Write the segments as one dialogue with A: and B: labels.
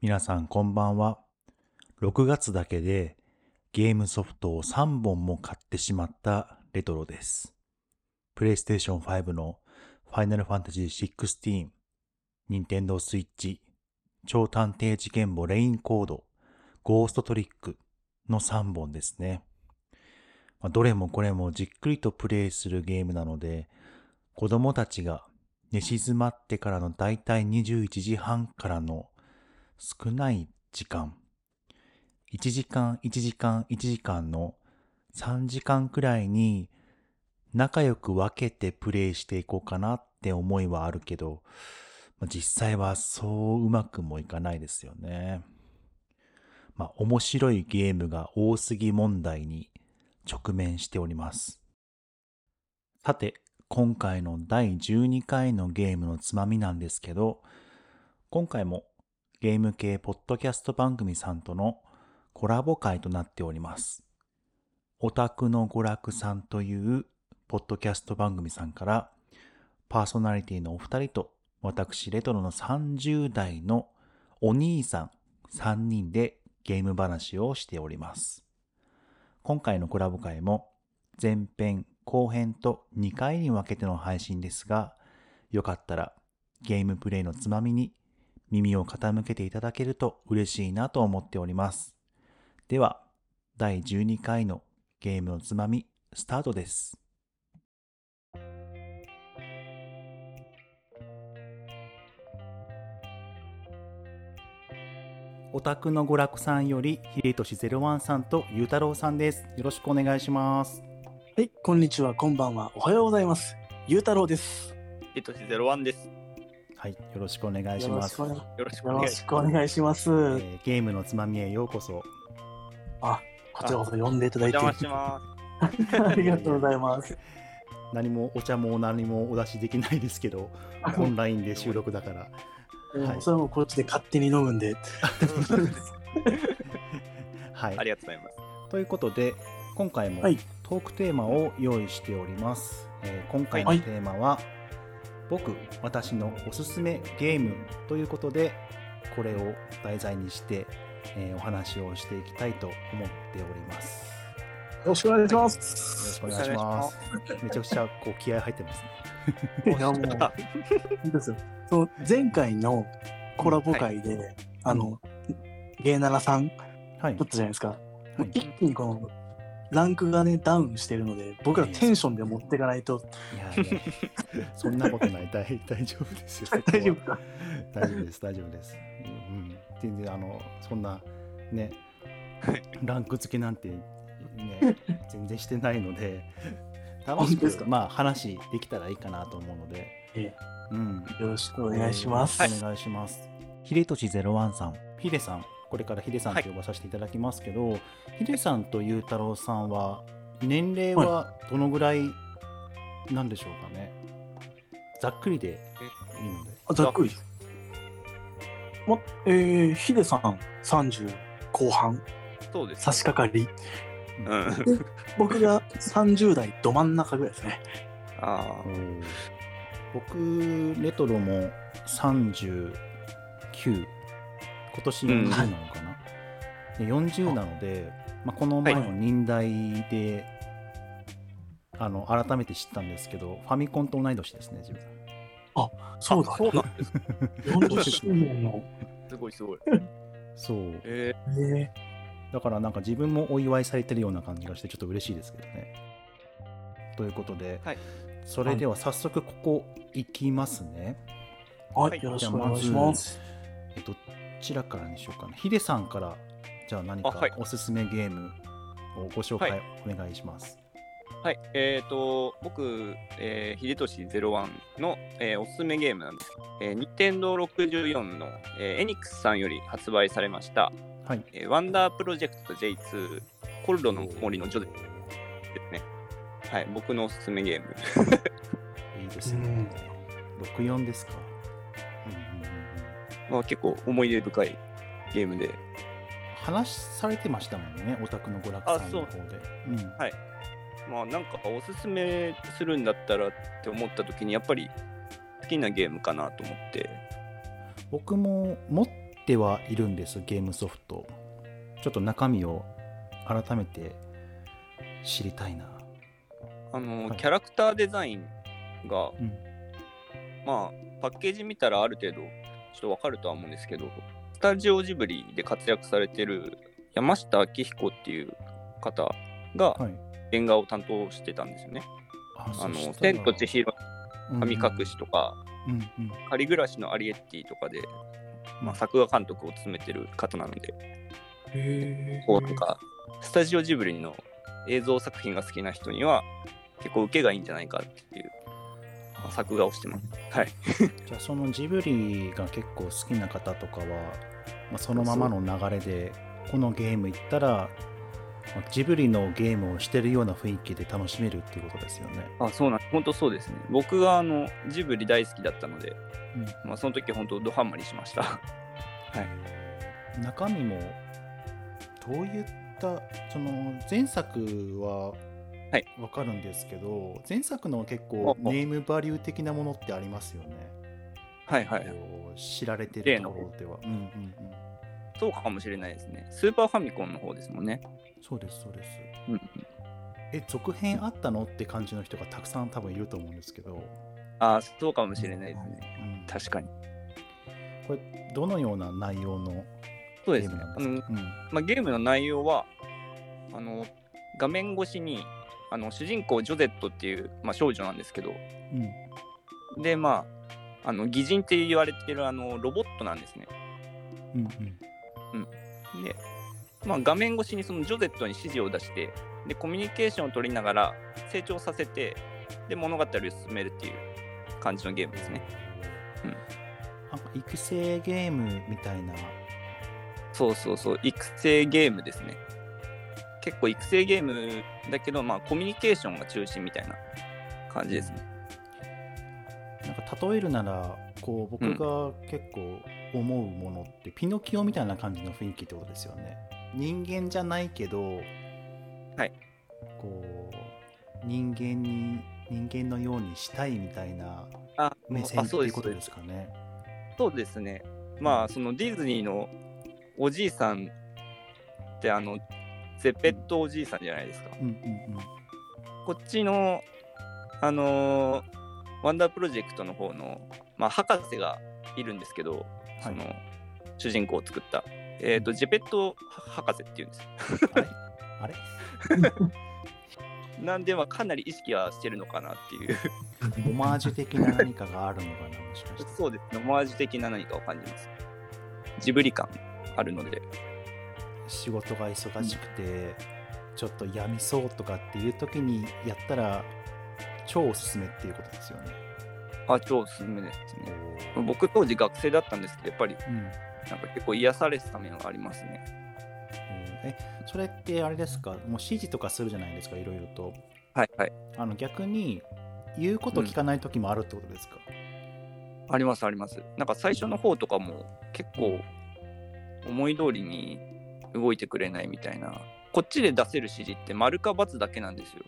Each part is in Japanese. A: 皆さんこんばんは。6月だけでゲームソフトを3本も買ってしまったレトロです。プレイステーション5のファイナルファンタジー16、任天堂スイッチ、超探偵事件簿レインコード、ゴーストトリックの3本ですね。まあどれもこれもじっくりとプレイするゲームなので、子供たちが寝静まってからのだいたい21時半からの少ない時間、1時間、1時間、1時間の3時間くらいに仲良く分けてプレイしていこうかなって思いはあるけど、まあ実際はそううまくもいかないですよね。まあ面白いゲームが多すぎ問題に直面しております。さて、今回の第12回のゲームのつまみなんですけど、今回もゲーム系ポッドキャスト番組さんとのコラボ会となっております。オタクの娯楽さんというポッドキャスト番組さんからパーソナリティのお二人と私レトロの30代のお兄さん3人でゲーム話をしております。今回のコラボ会も前編後編と2回に分けての配信ですが、よかったらゲームプレイのつまみに耳を傾けていただけると嬉しいなと思っております。では、第12回のゲームのつまみ、スタートです。オタクの娯楽さんより、ひでとし01さんとゆうたろうさんです。よろしくお願いします。
B: はい、こんにちは、こんばんは、おはようございます。ゆうたろうです。
C: えとしゼロワンです。
A: はい、よろしくお願いします。
B: よろし
C: よろしく
B: く
C: お
B: お
C: 願
B: 願
C: い
B: い
C: し
B: し
C: ます。
B: ま
A: え
B: す。
A: ーゲームのつまみへようこそ。
B: こちらこそ呼んでいた
C: お
B: だいて、
C: 邪魔します。
B: ありがとうございます。
A: 何もお茶も何もお出しできないですけ ど、オンラインで収録だから。はい
B: うんそれもこっちで勝手に飲むんで。
A: はい
C: あ、りがとうございます。
A: ということで今回も
B: はい
A: トークテーマを用意しております、えー今回の
B: は
A: テ
B: い
A: ーマは、僕私のおすすめゲームということでこれを題材にして、えーお話をしていきたいと思っております
B: よろしくお願いしま
A: よろし
B: す
A: く。お願いしますめちゃくちゃこう気合入ってますね
B: いや、もう、いいですよ。その前回のコラボ会で、あの、ゲイナラさんだ
A: はい
B: ったじゃないですか。もう
A: い
B: 一気にこの、ランクがね、ダウンしてるので、僕らテンションで持っていかないと
A: やいやそんなことない大大丈夫ですよそこは
B: 大丈夫か。
A: 大丈夫です大丈夫です、うん、全然あのそんなねランク付けなんて ね全然してないので楽し
B: 本当です
A: く
B: か
A: まあ話できたらいいかなと思うので、
B: え
A: うん、
B: よろしくお願いします。
A: お願いします。ひでとしゼロワンさん、ひでさん、これからひでさん
C: はい
A: と呼ばさせていただきますけど、ひでさんとゆうたろうさんは年齢はどのぐらいなんでしょうかね。ざっくりでいいので。
B: あざっくり。もえー、ヒデさん30後半
C: そうです。
B: 差し掛かり
C: うん。あ
B: 僕が30代ど真ん中ぐらいですね
C: あー。
A: 僕レトロも39今年40なのかな、で40なので、まあ、この前の忍耐で、あの改めて知ったんですけどファミコンと同い年ですね自分
B: そうだ
C: そうなんです。
B: 40周年の
C: すごいすごい。
A: そう
C: え
B: え
A: だからなんか自分もお祝いされてるような感じがしてちょっと嬉しいですけどね。ということで、
C: はい
A: それでは早速ここ行きますね。
B: ー、は
C: はい
B: いよろしくお願いします
A: えどちらからにしようかな。ヒデさんから、じゃあ何か
C: あはい
A: おすすめゲームをご紹介
C: は
A: お願いします。
C: ー、はい。えっ、ー、と僕えー、秀俊ゼロワンの、えー、おすすめゲームなんです。えー、任天堂六十四の、えー、エニックスさんより発売されました。
A: はい。
C: えー、ワンダープロジェクト J2 コルドの森のジョゼフですね。はい。僕のおすすめゲーム。
A: いいですね。64ですか。うんうんうんうん
C: まあ結構思い出深いゲームで。
A: 話されてましたもんね、オタクの娯楽さんの方で。うん
C: まあなんかおすすめするんだったらって思った時にやっぱり好きなゲームかなと思って
A: 僕も持っってはいるんですゲームソフトちょっと中身を改めて知りたいな
C: あの、
A: はい
C: キャラクターデザインが、
A: うん
C: まあパッケージ見たらある程度ちょっとわかるとは思うんですけどスタジオジブリで活躍されてる山下明彦っていう方が
A: はい
C: 原画を担当してたんですよね。
A: あ
C: あの千と千尋
A: の
C: の神隠しとか、
A: うんうんうん
C: 仮暮らしのアリエッティとかで、まあ、作画監督を務めてる方なので、
B: へ
C: こうなんかスタジオジブリの映像作品が好きな人には結構受けがいいんじゃないかっていう、まあ作画をしてます。はい
A: じゃあそのジブリが結構好きな方とかは、まあ、そのままの流れでこのゲーム行ったらまあジブリのゲームをしてるような雰囲気で楽しめるっていうことですよね。
C: あそうなん本当そうですね僕があのジブリ大好きだったので、まあ、その時本当ドハマりしました
A: はい、中身もどういったその前作は
C: はい
A: わかるんですけど、前作の結
C: ほ
A: 構
C: うほう
A: ネームバリュー的なものってありますよね。
C: はいはい
A: こう知られて
C: 例
A: ると
C: の
A: ころでは。うんうんうん、
C: そうかもしれないですねスーパーファミコンの方ですもんね
A: そうですそうです。
C: うんうん
A: え続編あったのって感じの人がたくさん多分いると思うんですけど、
C: あそうかもしれないですね
A: うん
C: 確かに
A: これどのような内容の
C: そう
A: ゲー
C: です
A: ム
C: ね
A: なん
C: あ
A: です
C: の
A: か、うん
C: まあ、ゲームの内容はあの画面越しにあの主人公ジョゼットっていう、まあ、少女なんですけど
A: うん
C: でまああの擬人って言われてるあのロボットなんですね
A: うんうん
C: で、まあ、画面越しにそのジョゼットに指示を出してでコミュニケーションを取りながら成長させてで物語を進めるっていう感じのゲームですねうん
A: なんか育成ゲームみたいな、
C: そうそうそう育成ゲームですね結構育成ゲームだけど、まあ、コミュニケーションが中心みたいな感じですね
A: なんか例えるならこう僕が結構思うものって、ピノキオみたいな感じの雰囲気ってことですよね。人間じゃないけど、
C: はい、
A: こう人間に人間のようにしたいみたいな
C: あ
A: 目線
C: あ
A: って
C: そう
A: いう
C: です
A: ことですかね。
C: そうですねまあそのディズニーのおじいさんってあのゼペットおじいさんじゃないですか
A: うん うんうん
C: こっちの、あのーワンダープロジェクトの方の、まあ、博士がいるんですけど、その主人公を作った、えー、とジェペット博士っていうんです。
A: あれあれ
C: なんで、まあ、かなり意識はしてるのかなっていう、
A: オマージュ的な何かがあるのかな、もしかして。
C: そうですね、オマージュ的な何かを感じます。ジブリ感あるので、
A: 仕事が忙しくて、ちょっとやみそうとかっていう時にやったら、超おすすめっていうことですよね。
C: あ、超おすすめですね。僕、当時学生だったんですけど、やっぱり、
A: うん
C: なんか結構癒されてた面はありますね。
A: えーえそれってあれですか、もう指示とかするじゃないですか、いろいろと。
C: はいはい。
A: あの逆に、言うこと聞かない時もあるってことですか、
C: ありますあります。なんか最初の方とかも結構思い通りに動いてくれないみたいな。こっちで出せる指示って丸か×だけなんですよ。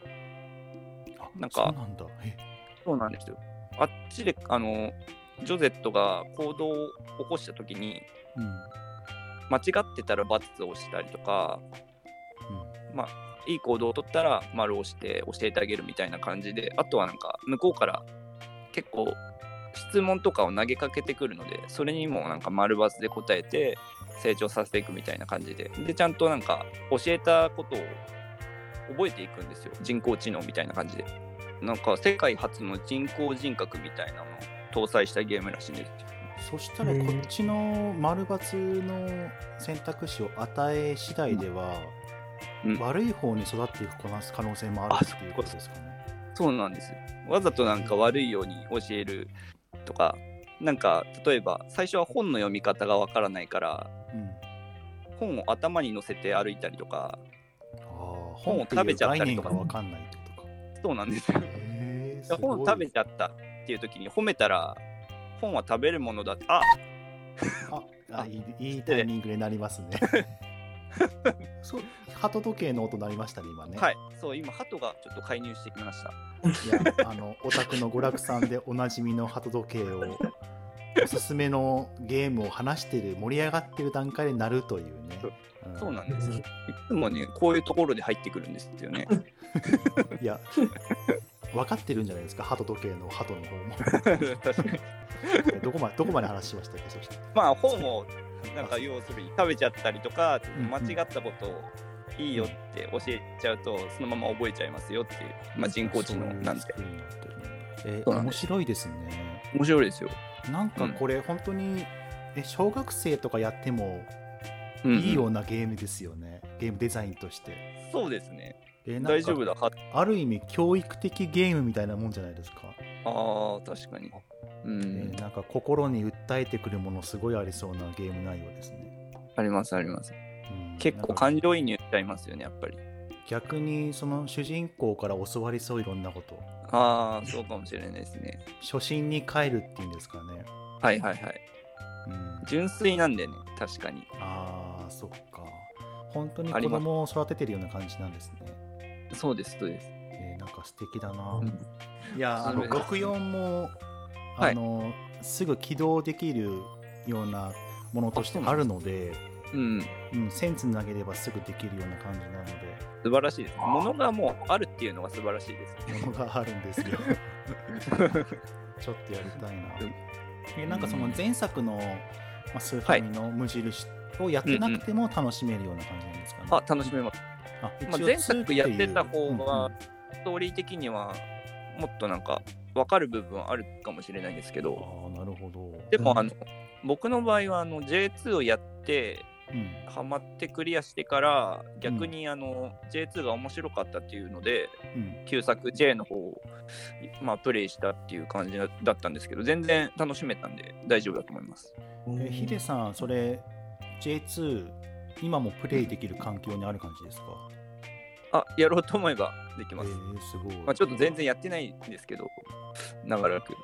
A: あ
C: なんか
A: そうなんだ。え
C: そうなんですよ。あっちで、あの、ジョゼットが行動を起こした時に
A: うん
C: 間違ってたら×を押したりとか、いい行動を取ったら丸を押して教えてあげるみたいな感じで、あとはなんか向こうから結構質問とかを投げかけてくるので、それにもなんか丸×で答えて成長させていくみたいな感じで、で、ちゃんとなんか教えたことを覚えていくんですよ。人工知能みたいな感じで。なんか世界初の人工人格みたいなのを搭載したゲームらしいんですよ。
A: うんそしたらこっちの丸×の選択肢を与え次第では、
C: うん
A: 悪い方に育っていく可能性もあるっていうことですかね。
C: そうなんですよわざとなんか悪いように教えるとかなんか例えば最初は本の読み方がわからないから
A: うん
C: 本を頭に乗せて歩いたりとか
A: あー
C: 本を食べちゃったりとか
A: 本っていう概念がわかんないってことか。
C: そうなんですよ
A: へー
C: 本を食べちゃったっていう時に褒めたら本は食べるものだってあ
A: すごいああいいいいタイミングになりますね。そう鳩時計の音鳴りましたね今ね。
C: はいそう今鳩がちょっと介入してきました
A: いやあのお宅の娯楽さんでおなじみの鳩時計をおすすめのゲームを話してる、盛り上がってる段階でなるというね。ん
C: そうなんですよ。いつもね、こういうところで入ってくるんですよ ね。
A: いや、分かってるんじゃないですか、鳩時計の鳩の方も。
C: 確かに。
A: どこまで、どこまで話しましたっけ、そして。
C: まあ、本を、なんか要するに食べちゃったりとか、
A: うん
C: 間違ったことをいいよって教えちゃうと、そのまま覚えちゃいますよっていう、まあ、人工知能なんで。
A: えー
C: そうなん
A: 面
C: で
A: 白いですね。
C: 面白いですよ。
A: なんかこれ、本当に、え小学生とかやっても
C: うんうん
A: いいようなゲームですよね、ゲームデザインとして。
C: そうですね。
A: えーなんか
C: 大丈夫だ。は
A: ある意味、教育的ゲームみたいなもんじゃないですか。
C: ああ、確かに。う
A: え
C: ん
A: ー。なんか心に訴えてくるもの、すごいありそうなゲーム内容ですね。
C: あります、あります。
A: うん
C: 結構
A: なん
C: 感
A: か
C: 情移入しちゃいますよね、やっぱり。
A: 逆にその主人公から教わりそういろんなこと
C: ああ、そうかもしれないですね。
A: 初心に帰るっていうんですかね、
C: はいはいはい。
A: うん、
C: 純粋なんでね、確かに。
A: あーそっか本当に
C: あ
A: 子
C: ります
A: 供を育ててるような感じなんですね、
C: そうです、そうです。
A: えーなんか素敵だな、
C: うん
A: いやあの
C: そうです
A: 64も
C: はい
A: あの、すぐ起動できるようなものとしてあるので
C: うん。
A: うん、センス投げればすぐできるような感じなので、
C: 素晴らしいです。ものがもうあるっていうのが素晴らしいです。
A: ものがあるんです よ。ちょっとやりたいな。えなんかその前作の、まあ、スーファミの無印をやってなくても楽しめるような感じなんですかね。
C: あ、楽しめます。
A: あ
C: まあ、
A: 一応
C: 前作やってた
A: ツーっ
C: 方
A: ていう
C: が、ストーリー的には、もっとなんか、分かる部分はあるかもしれないんですけど、
A: うんうんあーなるほど。
C: でも、あ
A: うん
C: の、僕の場合は、あの、J2 をやって、
A: うん
C: ハマってクリアしてから、逆に、あの、J2 が面白かったっていうので、
A: うん
C: 旧作 J の方を、まあ、プレイしたっていう感じだったんですけど、全然楽しめたんで大丈夫だと思います。
A: えヒデさん、それ J2 今もプレイできる環境にある感じですか、
C: あ、やろうと思えばでき
A: え
C: ます。
A: ーすごい、
C: まあ、ちょっと全然やってないんですけど、長らく。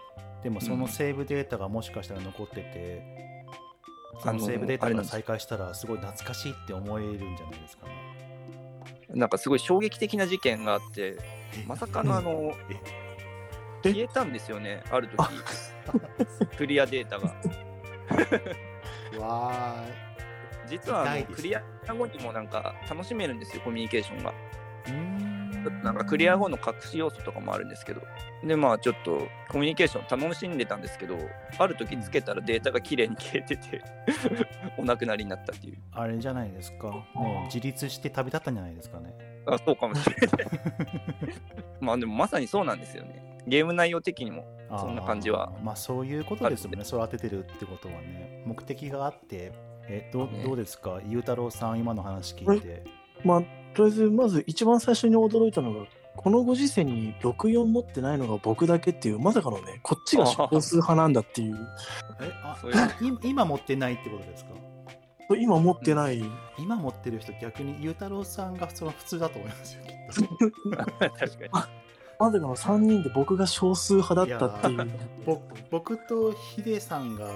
A: でもそのセーブデータがもしかしたら残ってて、そ
C: あ
A: の
C: の
A: セーブデータ
C: あれ
A: から
C: なんです
A: 再開したらすごい懐かしいって思えるんじゃないですかね。
C: なんかすごい衝撃的な事件があって、まさかのあの
A: え、
B: え
C: 消えたんですよね、ある時 クリアデータが。
A: わ
C: 実は
A: 痛
C: あ
A: い
C: の
A: です
C: クリア後にもなんか楽しめるんですよ、コミュニケーションが。
A: ーん
C: なんかクリア後の隠し要素とかもあるんですけど、で、まあちょっとコミュニケーション楽しんでたんですけど、ある時つけたらデータが綺麗に消えてて、 お亡くなりになったっていう。
A: あれじゃないですかもう自立して旅立ったんじゃないですかね
C: あそうかもしれ ない。まあでもまさにそうなんですよね。ゲーム内容 的にも。そんな感じは
A: あーまあそういうことですもんね育ててるってことはね目的があってえどう
C: ね
A: どうですかゆうたろうさん今の話聞いて
B: まあ、とりあえず、まず一番最初に驚いたのが、このご時世に64持ってないのが僕だけっていう、まさかのね、こっちが少数派なんだっていう、
A: えあ
C: そういう
A: い今持ってないってことですか
B: 今持ってない、
A: 今持ってる人逆にゆうたろうさんがその普通だと思いますよきっ
C: 確かに。
B: まさかの3人で僕が少数派だったっていう。
A: とぼ僕とヒデさんが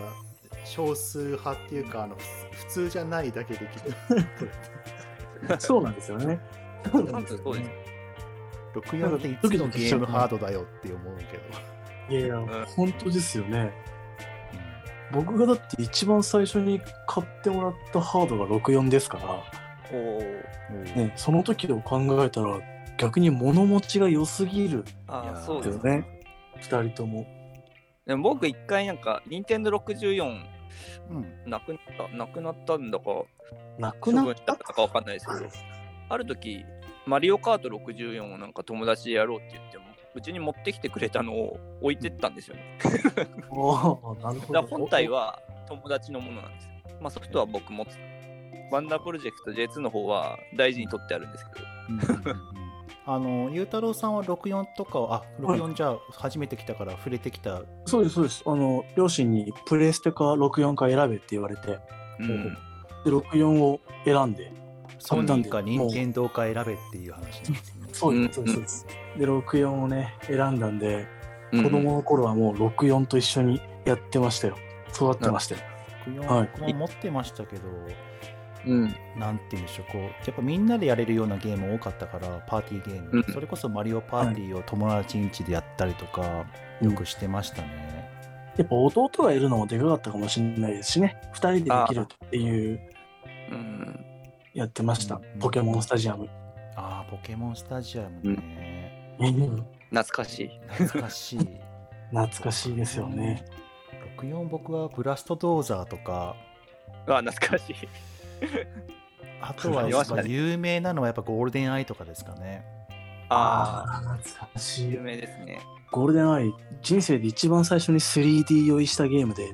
A: 少数派っていうかあのふ普通じゃないだけできる
B: そうなんですよね。そうなんです
C: そ
B: よ
C: うで
B: ね
C: す。
A: 64っていつのゲームハードだよって思うけど
B: いやいや、
C: ん
B: 本当ですよね。僕がだって一番最初に買ってもらったハードが64ですから、
C: おお。
B: ね、その時を考えたら、逆に物持ちが良すぎる、
A: いや
C: あ
A: ー
C: あ、そう
B: で
C: ですす
B: ね
C: ね。
B: 2人とも。
C: でも僕一回なんか、任天堂64
A: うん
C: なくなった、なくなったんだか、
B: なく
C: 処
B: な
C: 分
B: っ
C: したたかわかんないですけど、ある時、マリオカート64をなんか友達でやろうって言っても、うちに持ってきてくれたのを置いてったんですよね。
B: ああ、なるほ
C: だか
B: ど。
C: ら本体は友達のものなんですよ。まあソフトは僕持つ。ワンダープロジェクト J2 の方は大事に取ってあるんですけど。
A: あのゆうたろうさんは64とかをあ64じゃあ初めて来たから触れてきた、
B: そうです、そうです。あの、両親にプレステか64か選べって言われて、
C: うん。
B: で、64を選んで、
A: ソニーか
B: そうなんだもう
A: 任天堂か選べっていう話なんですね
B: そうう
C: で
B: です、
C: す
B: そうです。で、64をね、選んだんで、
C: うん
B: 子供の頃はもう64と一緒にやってましたよ。育ってましたよ。はい
A: 64も持ってましたけど、
C: うん。
A: なんて言うんでしょうこうやっぱみんなでやれるようなゲーム多かったからパーティーゲーム、
C: うん
A: それこそマリオパーティーを友達ん家でやったりとか、よくしてましたね、
B: やっぱ弟がいるのもでかかったかもしれないですしね2人でできるっていう
C: うん。
B: やってました
A: うん
B: ポケモンスタジアム、
A: ああ、ポケモンスタジアムね。
C: 懐かしい。
A: 懐かしい。
B: 懐かしい ですよね。
A: 64僕はブラストドーザーとか、
C: あ、懐かしい。
A: あとは
C: ありましたね
A: 有名なのはやっぱゴールデンアイとかですかね。
C: ああ、
B: あ懐かしい
C: 有名ですね。
B: ゴールデンアイ人生で一番最初に 3D 酔いしたゲームで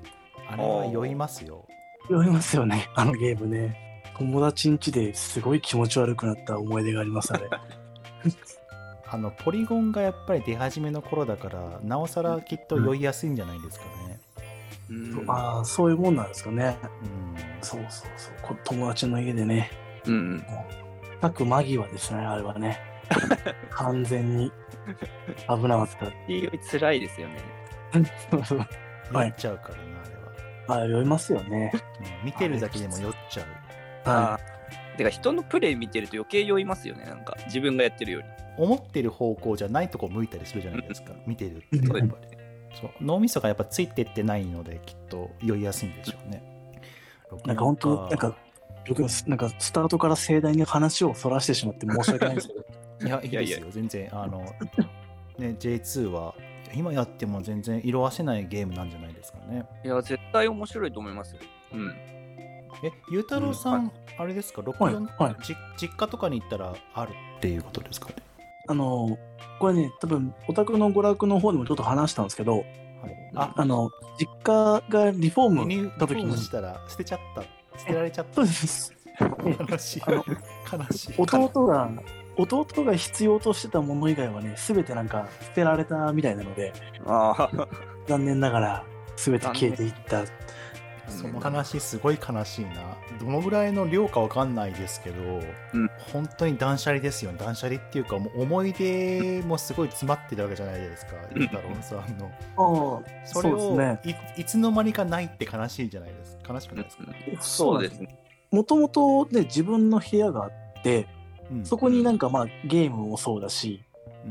A: あれは酔いますよ。
B: 酔いますよね あのゲームね友達ん家ですごい気持ち悪くなった思い出がありますあれ
A: あのポリゴンがやっぱり出始めの頃だからなおさらきっと酔いやすいんじゃないですかね。
C: うん。
B: ああそういうもんなんですかね
A: うん
B: そうそうそうこ友達の家でね
C: うん。
B: 各間際ですねあれはね完全に危なかった
C: いい辛いですよね。
A: 酔
B: はい
A: っちゃうからなあれは。
B: ああ酔いますよね
A: うん見てるだけでも酔っちゃう。
B: は
C: あ。てか人のプレイ見てると余計酔いますよね。なんか自分がやってるより。
A: 思ってる方向じゃないとこ向いたりするじゃないですか。見てるって
B: そう
A: や
B: で
A: っぱり。そう脳みそがやっぱついてってないのできっと酔いやすいんでしょうね。
B: いなんか本当なんか僕なんかスタートから盛大に話をそらしてしまって申し訳ないんですけど
A: いや、いい
C: いや
A: で
C: い
A: す
C: や
A: よ、全然。あの、ね、J2 は、今やっても全然色褪せないゲームなんじゃないですかね。
C: いや、絶対面白いと思いますよ。うん。
A: え、ゆうたろうさん、あれですか、64、
B: はい
A: じ実家とかに行ったらあるっていうことですかね。
B: あのこれね多分オタクの娯楽の方でもちょっと話したんですけど
A: はい、
B: あ
A: あ、
B: の実家がリフォーム
A: 輸入
B: た時に
A: したら捨てちゃった。捨てられちゃっ
B: そうです
A: た。悲しい。
B: あの
A: 悲しい。
B: 弟が弟が必要としてたもの以外はね全てなんか捨てられたみたいなので
C: あ
B: 残念ながら全て消えていった
A: その話すごい悲しいなどのぐらいの量かわかんないですけど、
C: ん
A: 本当に断捨離ですよね断捨離っていうかもう思い出もすごい詰まってるわけじゃないですか
C: うん
A: ゆうたろうさんの
B: ああ
A: それ
B: そう
A: を
B: で
A: い,、つの間にかないって悲しいじゃないですか悲しくないですか、
C: あ。そうですね。
B: もともとね自分の部屋があって
A: うん
B: そこになんかまあゲームもそうだし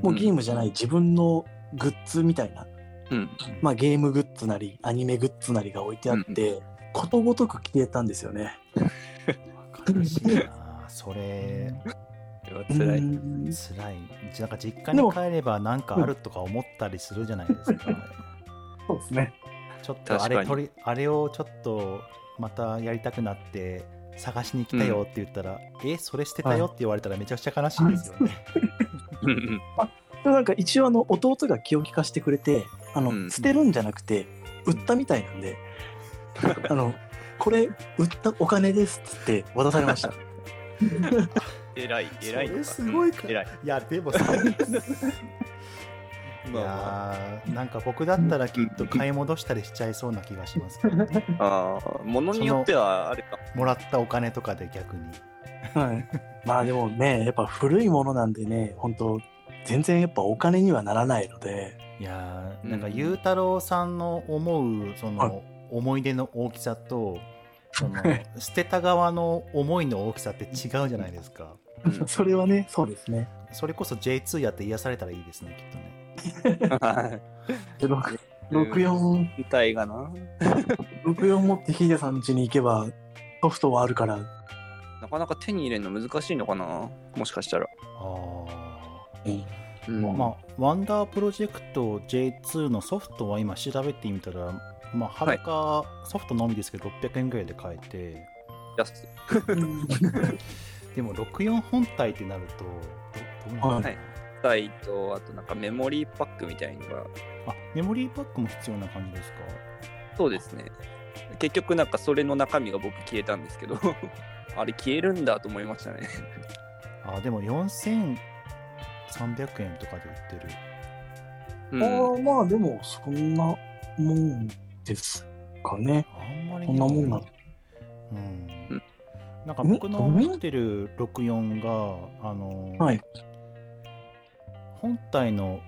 B: もうゲームじゃない自分のグッズみたいな、
C: うん。
B: まあ、ゲームグッズなりアニメグッズなりが置いてあって、ことごとく消えたんですよね。
A: 悲しいなそれ
C: いや
B: う
C: 辛い。
B: ん
A: 辛いなんか実家に帰ればなんかあるとか思ったりするじゃないですか、
B: そうですね。
A: ちょっとあ
C: 確か
A: れ
C: に
A: 取りあれをちょっとまたやりたくなって探しに来たよって言ったら、えそれ捨てたよって言われたらめちゃくちゃ悲しいですよね。
C: うんうん
B: でもなんか一応あの弟が気を利かしてくれてあの、
C: うん
B: 捨てるんじゃなくて売ったみたいなんで、あのこれ売ったお金ですっつって渡されました。
C: 偉い、偉いとか。
A: それすごいか
C: うん偉い。
A: いやでもさ い
C: まあまあ
A: やーなんか僕だったらきっと買い戻したりしちゃいそうな気がしますけど、
C: ああ、ものによってはあれか。
A: もらったお金とかで逆に。
B: はい、 まあでもねやっぱ古いものなんでね本当全然やっぱお金にはならないので
A: いやー
C: うん
A: なんか裕太郎さんの思うそ
B: は
A: の思い出の大きさとその
B: はい
A: 捨てた側の思いの大きさって違うじゃないですか。
C: う ん
B: それはねそうですね。
A: それこそ J2 やって癒されたらいいですね、きっとね。
B: 六64
C: みたいがな。
B: 64持ってヒデさん家に行けばソフトはあるから
C: なかなか手に入れるの難しいのかな。もしかしたら。
A: あ
C: うん
A: あ。まあ、ワンダープロジェクト J2 のソフトは今調べてみたら、まあ、はるかソフトのみですけど、600円ぐらいで買えて、
C: 安い
A: でも64本体ってなると、どどうなんだろうな
C: はいタイと、あとなんかメモリーパックみたいのが。
A: あ、メモリーパックも必要な感じですか
C: そうですね。結局なんかそれの中身が僕消えたんですけど、 あれ消えるんだと思いましたね。
A: あ、でも4300円とかで売ってる。
C: うん
B: あーまあでもそんなもんですかね。
A: あんまり
B: こんなもんなの
A: う
C: うんん。
A: なんか僕の
B: うん
A: 持ってる64が、あの、
B: はい
A: 本体の,、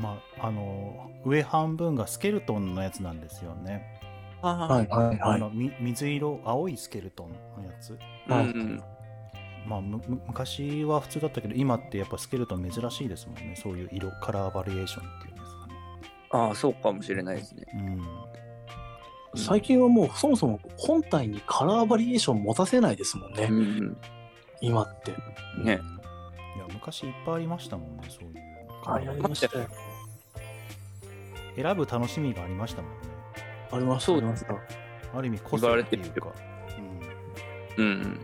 A: まあ、あの上半分がスケルトンのやつなんですよね、
B: はいはい
A: あ
B: はい。
A: のみ水色青いスケルトンのやつ、
B: はい
C: うん
A: まあ、むむ昔は普通だったけど今ってやっぱスケルトン珍しいですもんねそういう色カラーバリエーションっていうんですかね
C: ああ、そうかもしれないですね。
A: うん。
B: 最近はもうそもそも本体にカラーバリエーション持たせないですもんね、
C: うん
B: 今って。
C: うん、ね。
A: いや、昔いっぱいありましたもんね、そういう。
B: ありましたよ。
A: 選ぶ楽しみがありましたもんね。
B: ありました、ありました。
A: ある意味、個性っていうか。うん
C: うん。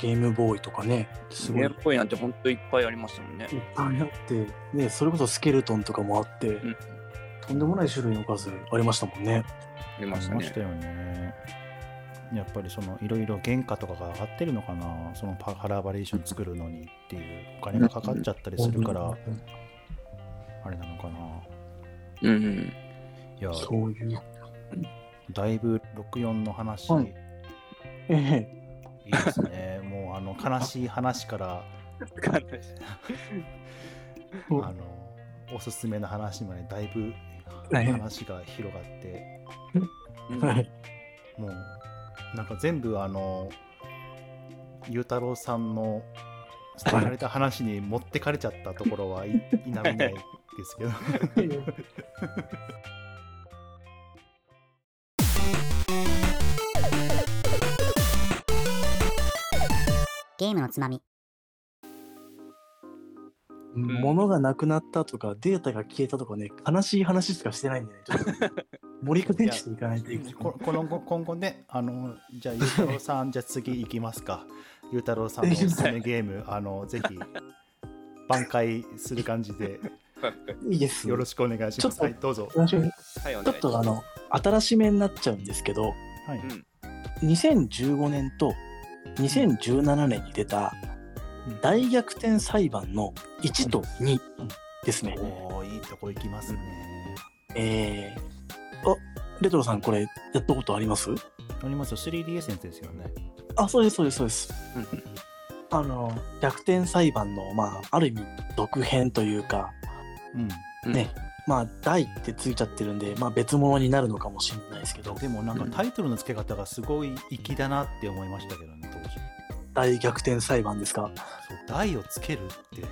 B: ゲームボーイとかね、すごい
C: ゲ
B: い
C: ー
B: っ
C: ムボーイなんて本当いっぱいありましたもんね。
B: ぱいあって、ね、それこそスケルトンとかもあって、
C: ん
B: とんでもない種類の数ありましたもんね。
C: ありま
A: あり
C: した
A: ま
C: ね
A: し。たよね。やっぱりそのいろいろ原価とかが上がってるのかな、そのパカラーバリエーション作るのにっていう、お金がかかっちゃったりするから、あれなのかな。
C: うん。
A: いや、
B: そういう。
A: だいぶ64の話、
B: はい
A: い
B: ええ、
A: いですね。もうあの悲しい話から、あ
B: うん
A: の、おすすめの話までだいぶ
B: はい
A: 話が広がって、
C: うん
B: はい。
A: もうなんか全部あの、ゆうたろうさんの捨てられた話に持ってかれちゃったとこ ろはい否めないです けど。
D: ゲームのつまみ。
B: 物がなくなったとか、データが消えたとかね、悲しい話しかしてないんでね、ちょっと盛り込みしていかないといけない。
A: ここの後今後ね、あのじゃあ、ゆうたろうさん、じゃあ次行きますか。ゆうたろうさんのおすすめゲーム、あのぜひ挽回する感じ で、
B: いいです。
A: よろしくお願いし
B: ちょ
A: ま
B: っ
A: す。
B: と
A: はい、どうぞ。
B: よろしく
C: はい、お
B: ちょ
C: 願い
B: っ
C: し
B: と
C: ま
B: あ
C: す。
B: の、新しめになっちゃうんですけど、
A: はい、
B: 2015年と2017年に出た大逆転裁判の1と2ですね。
A: おーいいとこ行きますね。
B: えー、あ、レトロさんこれやったことあります
A: ありますよ、3DS のやつですよね。
B: あ、そうです、そうです、そうです。
C: うん
B: あの、逆転裁判の、まあ、ある意味、続編というか、
A: うん。
B: ねまあ、大ってついちゃってるんで、まあ、別物になるのかもしれないですけど、
A: でも、なんかタイトルの付け方がすごい粋だなって思いましたけどね、当時。
B: 大逆転裁判ですか
A: そう、台をつけるっていう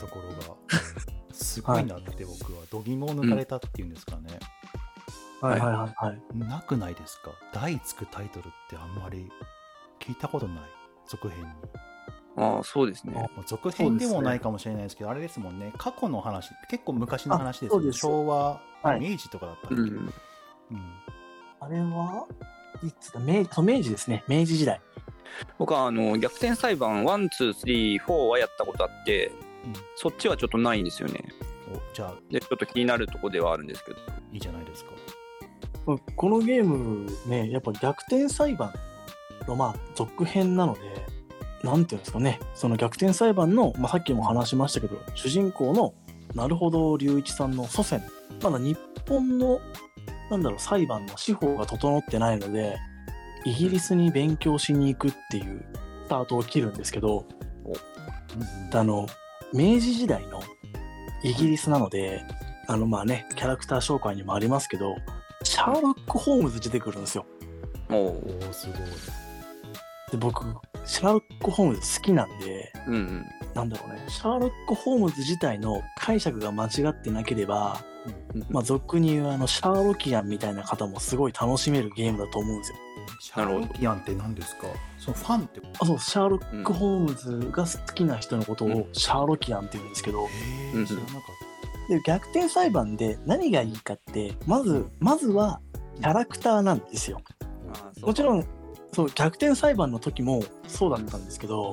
A: ところが、すごいなって僕は、度肝を抜かれたっていうんですかね。
B: は
C: はいい
B: はいはいはい。
A: なくないですか台つくタイトルってあんまり聞いたことない続編に、
C: ああ、そうですね。
A: まあ続編で
B: そうです
A: も
B: ね
A: ないかもしれないですけどあれですもんね過去の話結構昔の話ですよ
B: あそう
A: ね
B: です
A: 昭和、
B: はい
A: 明治とかだったっけ、
C: う
A: うん
C: ん。
B: あれはいつだ明そう明治ですね。明治時代。
C: 僕はあの逆転裁判1、2、3、4はやったことあって、
A: うん
C: そっちはちょっとないんですよね。
A: おじゃあ
C: で、ちょっと気になるとこではあるんですけど。
A: いいじゃないですか
B: うんこのゲームね、やっぱ逆転裁判のまあ続編なので、なんていうんですかね、その逆転裁判の、まあ、さっきも話しましたけど、主人公のなるほど隆一さんの祖先、まだ日本のなんだろう裁判の司法が整ってないので、イギリスに勉強しに行くっていうスタートを切るんですけど、あの明治時代のイギリスなのであのまあねキャラクター紹介にもありますけどシャーロック・ホームズ出てくるんですよ
C: おう
A: おおーすごい
B: で僕シャーロック・ホームズ好きなんで
C: うん
B: なんだろうねシャーロック・ホームズ自体の解釈が間違ってなければ、
C: うん。
B: まあ、俗に言うあのシャーロキアンみたいな方もすごい楽しめるゲームだと思うんですよ
A: シャロキアンって何ですかそのファンって
B: あそうシャーロック・ホームズが好きな人のことをシャーロキアンって言うんですけど、
A: え
C: うん
A: 知らなかっ
B: で逆転裁判で何がいいかってまずまずはキャラクターなんですよ
C: ああそう
B: もちろんそう逆転裁判の時もそうだったんですけど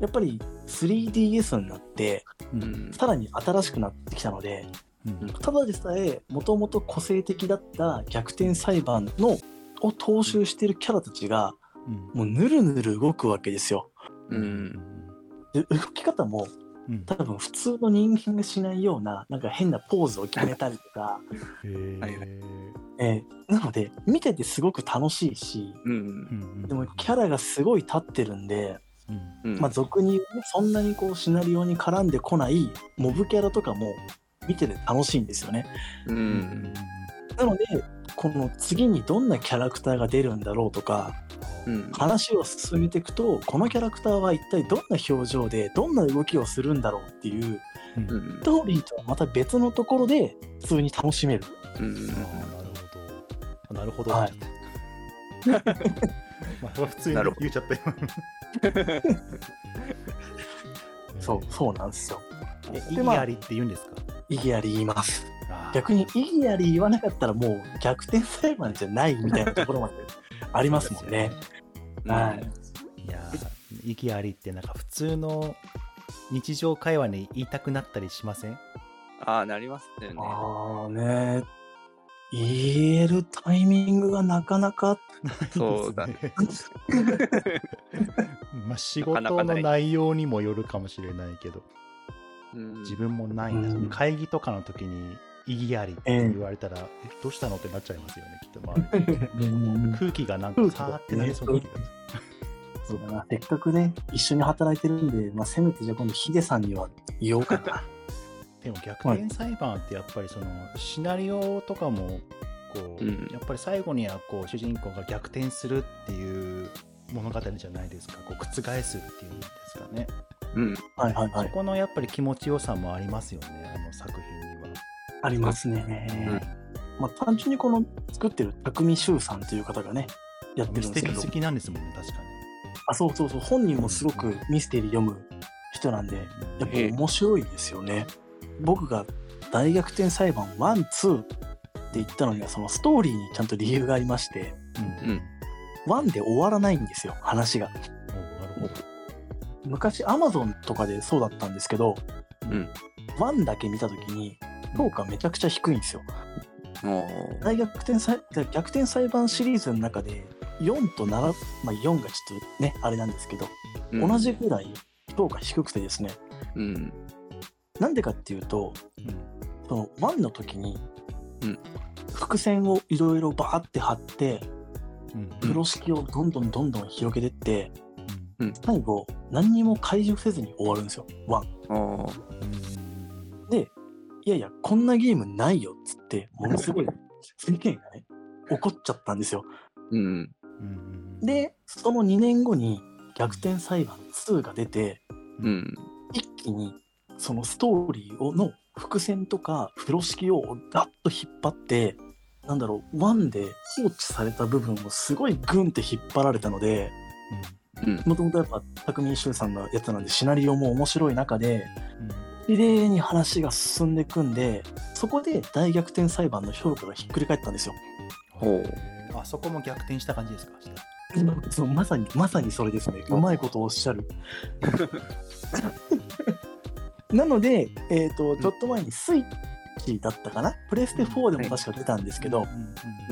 B: やっぱり 3DS になって
A: た、う
C: うんん。
B: さらに新しくなってきたので
A: うん
B: ただでさえもともと個性的だった逆転裁判のを踏襲してるキャラたちがもうぬるぬる動くわけですよ
A: う
C: うんん。
B: で動き方も
A: うん
B: 多分普通の人間がしないようななんか変なポーズを決めたりとか
A: へー
C: はいは
B: えーなので見ててすごく楽しいし
C: うん
A: う。ん
B: でもキャラがすごい立ってるんで、
A: うん
C: うん。
B: まあ、俗に言うねそんなにこうシナリオに絡んでこないモブキャラとかも見てて楽しいんですよね
C: う
A: うん
C: ん。
B: なのでこの次にどんなキャラクターが出るんだろうとか
C: うん。
B: 話を進めていくとこのキャラクターは一体どんな表情でどんな動きをするんだろうっていう
A: うん
C: う
A: うん
C: ん
B: ストーリーとはまた別のところで普通に楽しめる
C: うん
A: あーなるほど。
B: は
A: ないるほど。まあ、それは普通に
C: なるほど
A: 言っちゃったよ。
B: そうそうなんですよ
A: え
B: で
A: 意義
B: まあ
A: ありって言うんですか
B: イギアリー言います
A: あー
B: 逆にイギアリー言わなかったらもう逆転裁判じゃないみたいなところまでありますもんねはい
A: いやー意義ありってなんか普通の日常会話に言いたくなったりしません
C: ああ、なりますよね。
B: ああね言えるタイミングがなかなか
C: そ うだね。
A: ね。 まあ仕事
C: なかな
A: の
C: かない
A: 内容にもよるかもしれないけど、
C: うん
A: 自分もないな、
B: うん
A: 会議とかの時に意義ありって言われたら、えどうしたのってなっちゃいますよね、きっと周り。 空気がなんかさーってなりそうな気がす
B: そ
A: る
B: うだなせっかくね一緒に働いてるんで、まあ、せめてじゃあ今度ヒデさんには言おうかな
A: でも逆転裁判ってやっぱりそのシナリオとかもこう、
C: うん
A: やっぱり最後にはこう主人公が逆転するっていう物語じゃないですかこう覆すっていうんですかね、
C: うん。
B: はいはいは
A: そ
B: い
A: このやっぱり気持ちよさもありますよねあの作品には。
B: ありますね、まあ、単純にこの作ってる匠柊さんという方がねやって
A: ミ
B: るん
A: ステ
B: です
A: リ
B: け
A: ー
B: ど
A: 好きなんですもんね確か
B: あそうそうそう本人もすごくミステリー読む人なんでやっぱ
A: に。
C: ええ
B: 面白いですよね。僕が大逆転裁判ワンツーって言ったのにはそのストーリーにちゃんと理由がありまして
A: うん
C: うん
B: ワンで終わらないんですよ話が。
A: おなるほど。
B: 昔アマゾンとかでそうだったんですけど、
C: うん
B: ワンだけ見た時に評価めちゃくちゃ低いんですよ。
C: おー
B: 大逆転裁逆転裁判シリーズの中で4と7、まあ、4がちょっとねあれなんですけど、
C: うん
B: 同じぐらい評価低くてですね
C: うん。
B: なんでかっていうとその1の時に、
C: うん
B: 伏線をいろいろバーって張って
A: うんうん
B: 風呂敷をどんどんどんどん広げてって、
A: うん
B: 最後何にも解除せずに終わるんですよ1。
C: おー
A: うん
B: でいやいやこんなゲームないよっつってものすごい世間がね怒っちゃったんですよ。
C: うん。
A: うん
B: でその2年後に逆転裁判2が出て
C: うん。
B: 一気にそのストーリーをの伏線とか風呂敷をガッと引っ張ってなんだろう1で放置された部分をすごいグンって引っ張られたので
C: うん。
B: もともとやっぱ匠柊さんのやつなんでシナリオも面白い中で
A: うん
B: 綺麗に話が進んでいくんでそこで大逆転裁判の評価がひっくり返ったんですよ。
C: ほう
A: えーあそこも逆転した感じですか
B: そうまさにまさにそれですねうまいことをおっしゃるなので、えー、とちょっと前にスイッチだったかなプレステ4でも確か出たんですけ
A: う
B: ど、
A: ん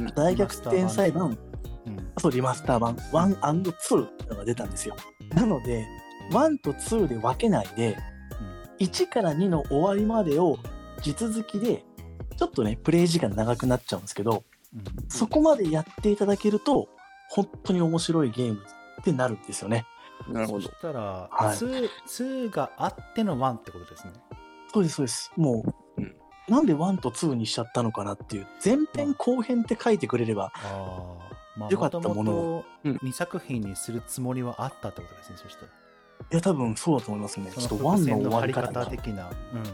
A: うん
B: 大逆転裁判
A: うん
B: そうリマスター版 1&2 っていうのが出たんですよなので1と2で分けないで1から2の終わりまでを地続きでちょっとねプレイ時間長くなっちゃうんですけど
A: うん
B: そこまでやっていただけると本当に面白いゲームってなるんですよね
C: なるほ
A: そ。
C: ど
A: したら、
B: はい
A: 2, 2があっての1ってことですね。
B: そうですそうですもう、
C: うん
B: なんで1と2にしちゃったのかなっていう前編後編って書いてくれれば
A: ああ、まあ、
B: よかったものを
A: もともと2作品にするつもりはあったってことですね、そしたら。
B: いや多分そうだと思いますねちょっと
A: その伏
B: 1の
A: 線
B: 終
A: の
B: わ
A: 張
B: り
A: り
B: 方
A: 方
B: が
A: 的な。うんなるほど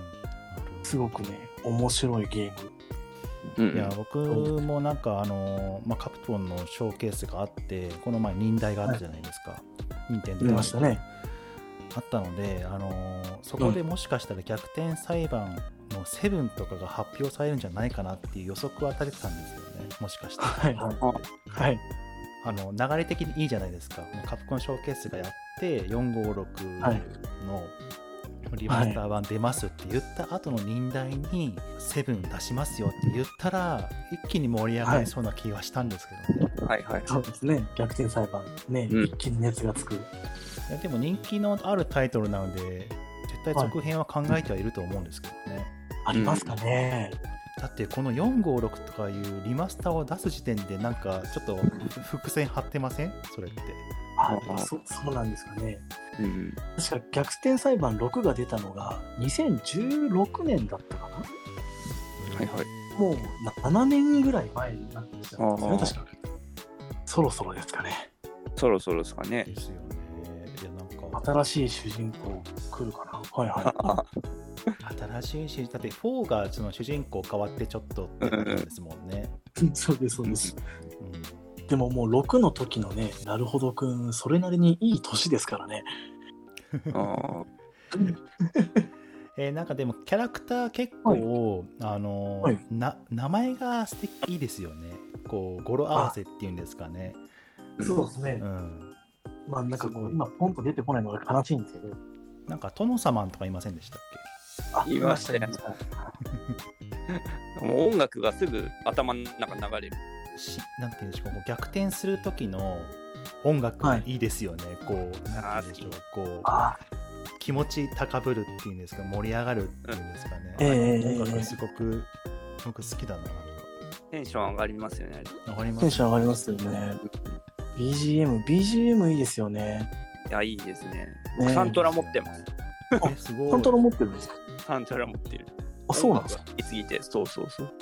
B: すごくね面白いゲーム
C: う
A: いや
C: ん。
A: 僕もなんかあの、まあ、カプコンのショーケースがあってこの前忍耐があったじゃないですか、任天堂
B: 出ましたね
A: あったのであのそこでもしかしたら逆転裁判のセブンとかが発表されるんじゃないかなっていう予測は立ててたんですよねもしかして
B: はいはいはい
A: あの流れ的にいいじゃないですかカプコンショーケースがやって456
B: はい
A: のリマスター版出ますって言った後の忍耐にセブン出しますよって言ったら一気に盛り上がりそうな気はしたんですけどね、
C: はいはい。
B: そうですね逆転裁判ね、
C: うん
B: 一気に熱がつく
A: いやでも人気のあるタイトルなので絶対続編は考えてはいると思うんですけどね、
B: ありますかね、
A: だってこの456とかいうリマスターを出す時点でなんかちょっと伏線張ってませんそれって
B: あ
C: うん
B: そそうなんですかね
C: うん。
B: 確か逆転裁判6が出たのが2016年だったかな
C: はいはい
B: もう7年ぐらい前になっちゃうん
C: あ
B: です
C: ー
B: ね、確か。そろそろですかね。
C: そろそろですかね。
A: ですよねいやなんか
B: 新しい主人公来るかな。はいは
C: あ
A: 新しいシリーズだって4がその主人公変わってちょっとってことですもんね、
B: そうですそうです
A: うん
B: でももう6の時のねなるほどくんそれなりにいい年ですからね
C: あ
A: えーなんかでもキャラクター結構、あのー
B: はい
A: な名前が素敵いいですよねこう語呂合わせっていうんですかね
C: ーうん
B: すね
A: うん
B: まあなんか
A: す
B: こ
A: ごい
B: う今ポンと出てこないのが悲しいんですけど
A: なんか殿様とかいませんでしたっ
B: あ
C: いましたね
B: いました
C: もう音楽がすぐ頭の中流れる。
A: けしなんていうんでしょうこう逆転する時の音楽が
B: はい
A: いいですよね、こうなんていうんでしょうこ
B: あ
A: う気持ち高ぶるっていうんですか盛り上がるっていうんですかね、
B: ええええ
A: 音楽
B: え
A: すごく僕好きだななんか
C: テンション上がりますよね。
A: わかり
B: あ
A: ま
B: テン
A: す
B: ション上がりますよね BGMBGM いいですよね
C: いや、いいですね。
B: ね
C: 僕サントラ持ってます。
A: えすごい
B: サントラ持ってるんですか
C: サントラ持ってる。
B: あそうなんですか
C: か好きすぎて、そうそうそう。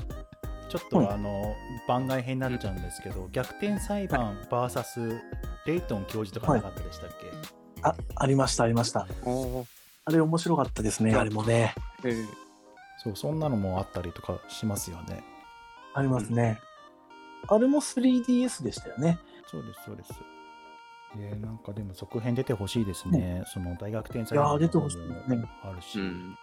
A: ちょっとあの番外編になっちゃうんですけど、逆転裁判 VS レイトン教授とかなかったでしたっけ、
B: あありましたありました
C: おー
B: あれ面白かったですねあれもね
C: えー
A: そうそんなのもあったりとかしますよね
B: ありますねあれも 3DS でしたよね
A: そうですそうですえーなんかでも続編出てほしいですね、その大逆転裁
B: いや
A: 判
B: ー出てほしいね
A: あるし、
C: うん。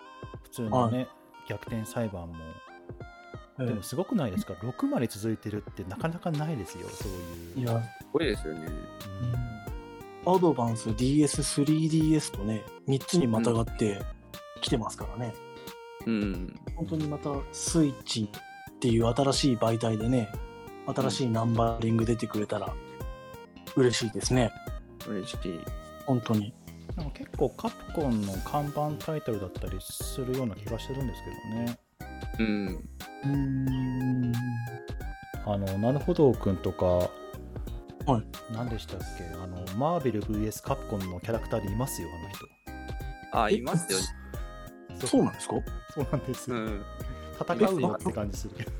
A: 普通のね、逆転裁判も
B: うん
A: でもすごくないですか、6まで続いてるってなかなかないですよそういう
B: いや
C: すごいですよね。
B: アドバンス DS3DS とね3つにまたがって来てますからね、
C: うん。
B: 本当にまたスイッチっていう新しい媒体でね新しいナンバリング出てくれたら嬉しいですね
C: 嬉しい。
B: 本当に
A: なんか結構カプコンの看板タイトルだったりするような気がしてるんですけどね
C: うん。
B: うーん
A: あのなるほどくんとか、
B: はい
A: 何でしたっけあのマーベル VS カプコンのキャラクターでいますよあの人
C: あ、い ますよ。
B: そうなんですか
A: そうなんです、
C: うん。
A: 戦うよって感じするけど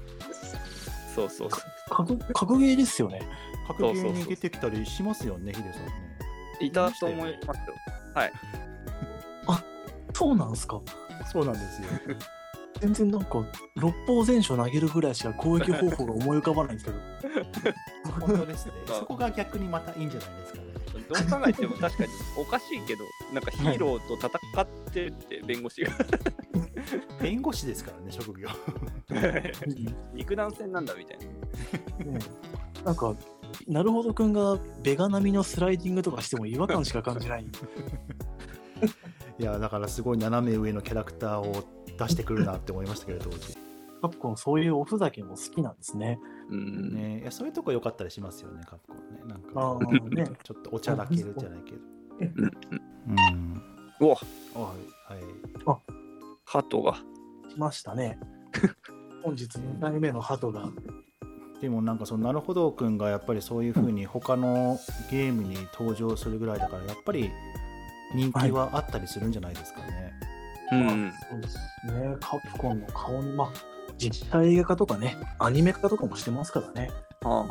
C: そうそうそう。
B: 格格ゲーですよね
A: 格ゲーに出てきたりしますよねヒデさんね
C: いたと思いますよ。
B: そうなんですか
A: そうなんですよ
B: 全然なんか六方全書投げるぐらいしか攻撃方法が思い浮かばないんです けど
A: 本当ですね
C: まあ
A: そこが逆にまたいいんじゃないですかね
C: どう考えても確かにおかしいけど、なんかヒーローと戦ってるって弁護士が
A: 弁護士ですからね職業
C: 肉弾戦なんだみたいな。
B: ねえなんかなるほどくんがベガ並みのスライディングとかしても違和感しか感じない
A: いやだからすごい斜め上のキャラクターを出してくるなって思いましたけど当時、
B: カプコンそういうおふざけも好きなんですね
C: うん。
A: ね、いやそういうとこ良かったりしますよねカプコンねなんか
B: ああ ね
A: ちょっとおちゃらけるじゃないけど
C: うん
A: うん
C: うわ、
A: はい、はい
C: ハトが。
B: 来ましたね本日2回目のハトが
A: でもなんかそのなるほどくんがやっぱりそういうふうに他のゲームに登場するぐらいだからやっぱり人気はあったりするんじゃないですかね。
C: うん。
B: そうですねカプコンの顔にまあ実写映画化とかねアニメ化とかもしてますからね
C: あ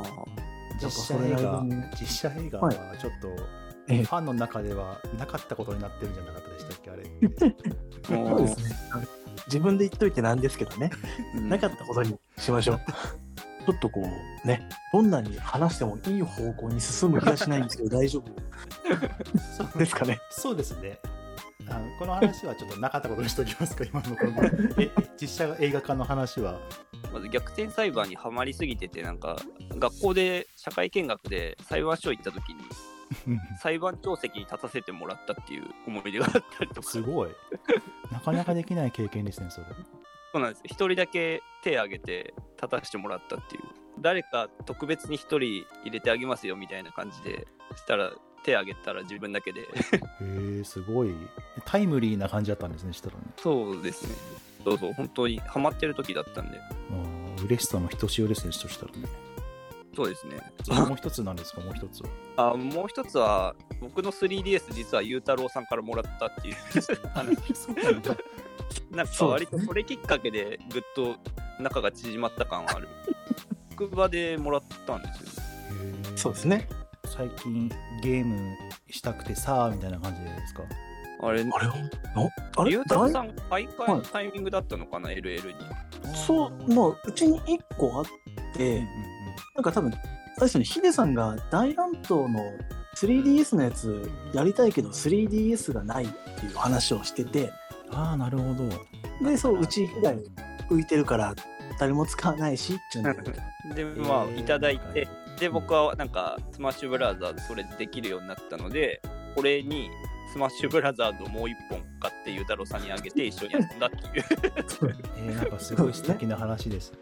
A: 実写映
B: やっぱ
A: 画
B: それなりに
A: 実写映画は
B: はい
A: ちょっと
B: ええ
A: ファンの中ではなかったことになってるんじゃなかったでしたっ けあれって。
C: あ。も
B: そうですね自分で言っといてなんですけどね
C: うん
B: なかったことにしましょう。 ちょっとこうね、どんなに話してもいい方向に進む気がしないんですけど、大丈夫
A: そう
B: ですかね。
A: そうですね。あのこの話はちょっとなかったことにしておき ますか今のこのえ実写映画化の話は。
C: まず逆転裁判にはまりすぎてて、なんか学校で社会見学で裁判所行った時に裁判長席に立たせてもらったっていう思い出があったりとか。
A: すごい。なかなかできない経験ですねそれ。
C: そうなんです。一人だけ手挙げて立たせてもらったっていう。誰か特別に一人入れてあげますよみたいな感じでしたら手挙げたら自分だけで。
A: へえすごいタイムリーな感じだったんですねしたらね
C: そうですね。そうそう、本当にハマってる時だったんで。
A: あー嬉しさのひとしおですねそしたらね
C: そうですね。
A: それもう一つなんです かもう一つは
C: あもう一つは、僕の 3DS 実はゆうたろうさんからもらったっていう話。
A: そうなんだ
C: なんか
B: そう
C: 割とそれきっかけでぐっと仲が縮まった感はある。職場でもらったんですよ、ね。
B: そうですね。
A: 最近ゲームしたくてさあみたいな感じですか
C: あれ、
B: あれはあれ
C: ゆうたろ
B: だ
C: さ
B: い
C: ん、毎回のタイミングだったのかな、LL に。
B: そう、まあ、うちに1個あって、なんか多分、最初にヒデさんが大乱闘の 3DS のやつやりたいけど 3DS がないっていう話をしてて、
A: ああ、なるほ ど。
B: で、そう、うち以外浮いてるから誰も使わないしっていうの で、
C: で、まあ、いただいて、で、僕はなんか、スマッシュブラザーズ、それできるようになったので、これに、スマッシュブラザーズをもう一本買って、ゆうたろうさんにあげて、一緒に遊んだっていう。
A: えー、なんかすごい素敵な話 です。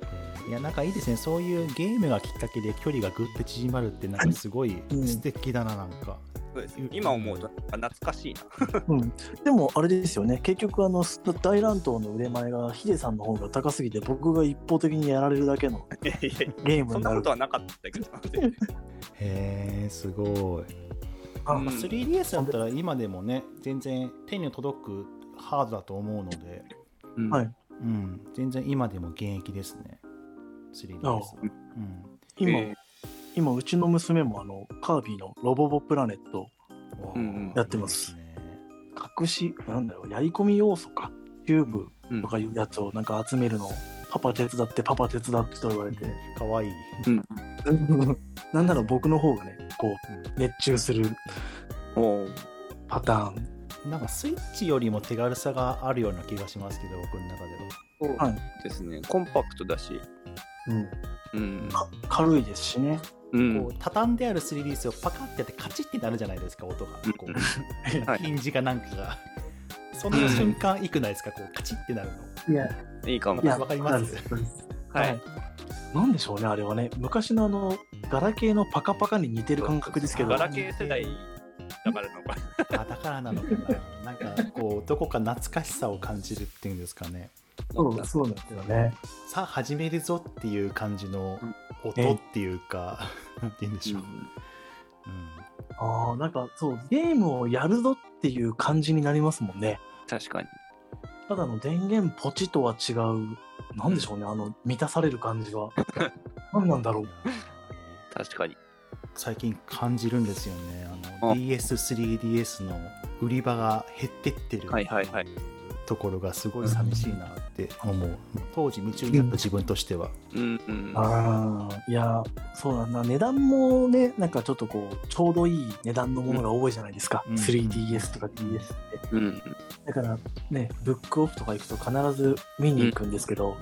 A: いや、なんかいいですね。そういうゲームがきっかけで距離がぐって縮まるって、なんかすごい
B: うん
A: 素敵だな、なんか。
C: そうです今思うと、懐かしいな。
B: うん、でもあれですよね結局あの大乱闘の腕前がヒデさんの方が高すぎて僕が一方的にやられるだけの
C: いやいやいや
B: ゲーム
C: そん
B: にな
C: なこ
B: る
C: とはなかったけど。
A: へえ、すごい。
B: あ
C: うん
A: 3DS だったら今でもね、全然手に届くハードだと思うので、
C: うん
B: はい
A: うん、全然今でも現役ですね。3DS は。
B: あ
A: うん。
B: 今、
C: え
B: 今うちの娘もあのカービィのロボボプラネット
C: うんうん
B: やってます
A: いいでね。
B: 隠しなんだろうやり込み要素かキューブ
C: うん
B: とかいうやつをなんか集めるのをパパ手伝ってパパ手伝ってと言われて
A: かわいい。
B: なんなら僕の方がねこ
A: う
B: う熱中する
C: おう
B: パターン
A: なんかスイッチよりも手軽さがあるような気がしますけど、僕の中では。
C: そう
B: はい
C: ですね、コンパクトだし、
B: うん、
C: うん、
B: か軽いですしね
C: うん
A: こう畳んである 3DS をパカってやってカチッってなるじゃないですか音が
C: うん
A: こ
C: は
A: う
C: い
A: ヒンジかなんかがその瞬間いくないですかこうカチッってなるの
B: いや
C: いいかも
B: い。や
A: わかります
B: なんですはい。なんでしょうね、あれはね。昔のあの、ガラケーのパカパカに似てる感覚ですけど。
C: ガラケー世代だからなのかな。
A: あだからなのかななんかこうどこか懐かしさを感じるっていうんですかね
B: そう、そうなんですよね。
A: さあ始めるぞっていう感じの音っていうか なんて言うんでしょう、うん
B: ああ、なんかそう、ゲームをやるぞっていう感じになりますもんね。
C: 確かに。
B: ただの電源ポチとは違う、なんでしょうね、あの、満たされる感じは。何なんだろ
A: いうや。
C: 確かに。
A: 最近感じるんですよねあの
C: あ
A: DS3DS の売り場が減ってってる
C: はいはいはい。
A: ところがすごい寂しいなって思う当時夢中になった自分としては、
C: うんうん。
B: ああ、いや、そうなんだ。値段もね、なんかちょっとこう、ちょうどいい値段のものが多いじゃないですか。
A: うん
B: 3DS とか DS って。
C: うん
B: だからね、ブックオフとか行くと必ず見に行くんですけど、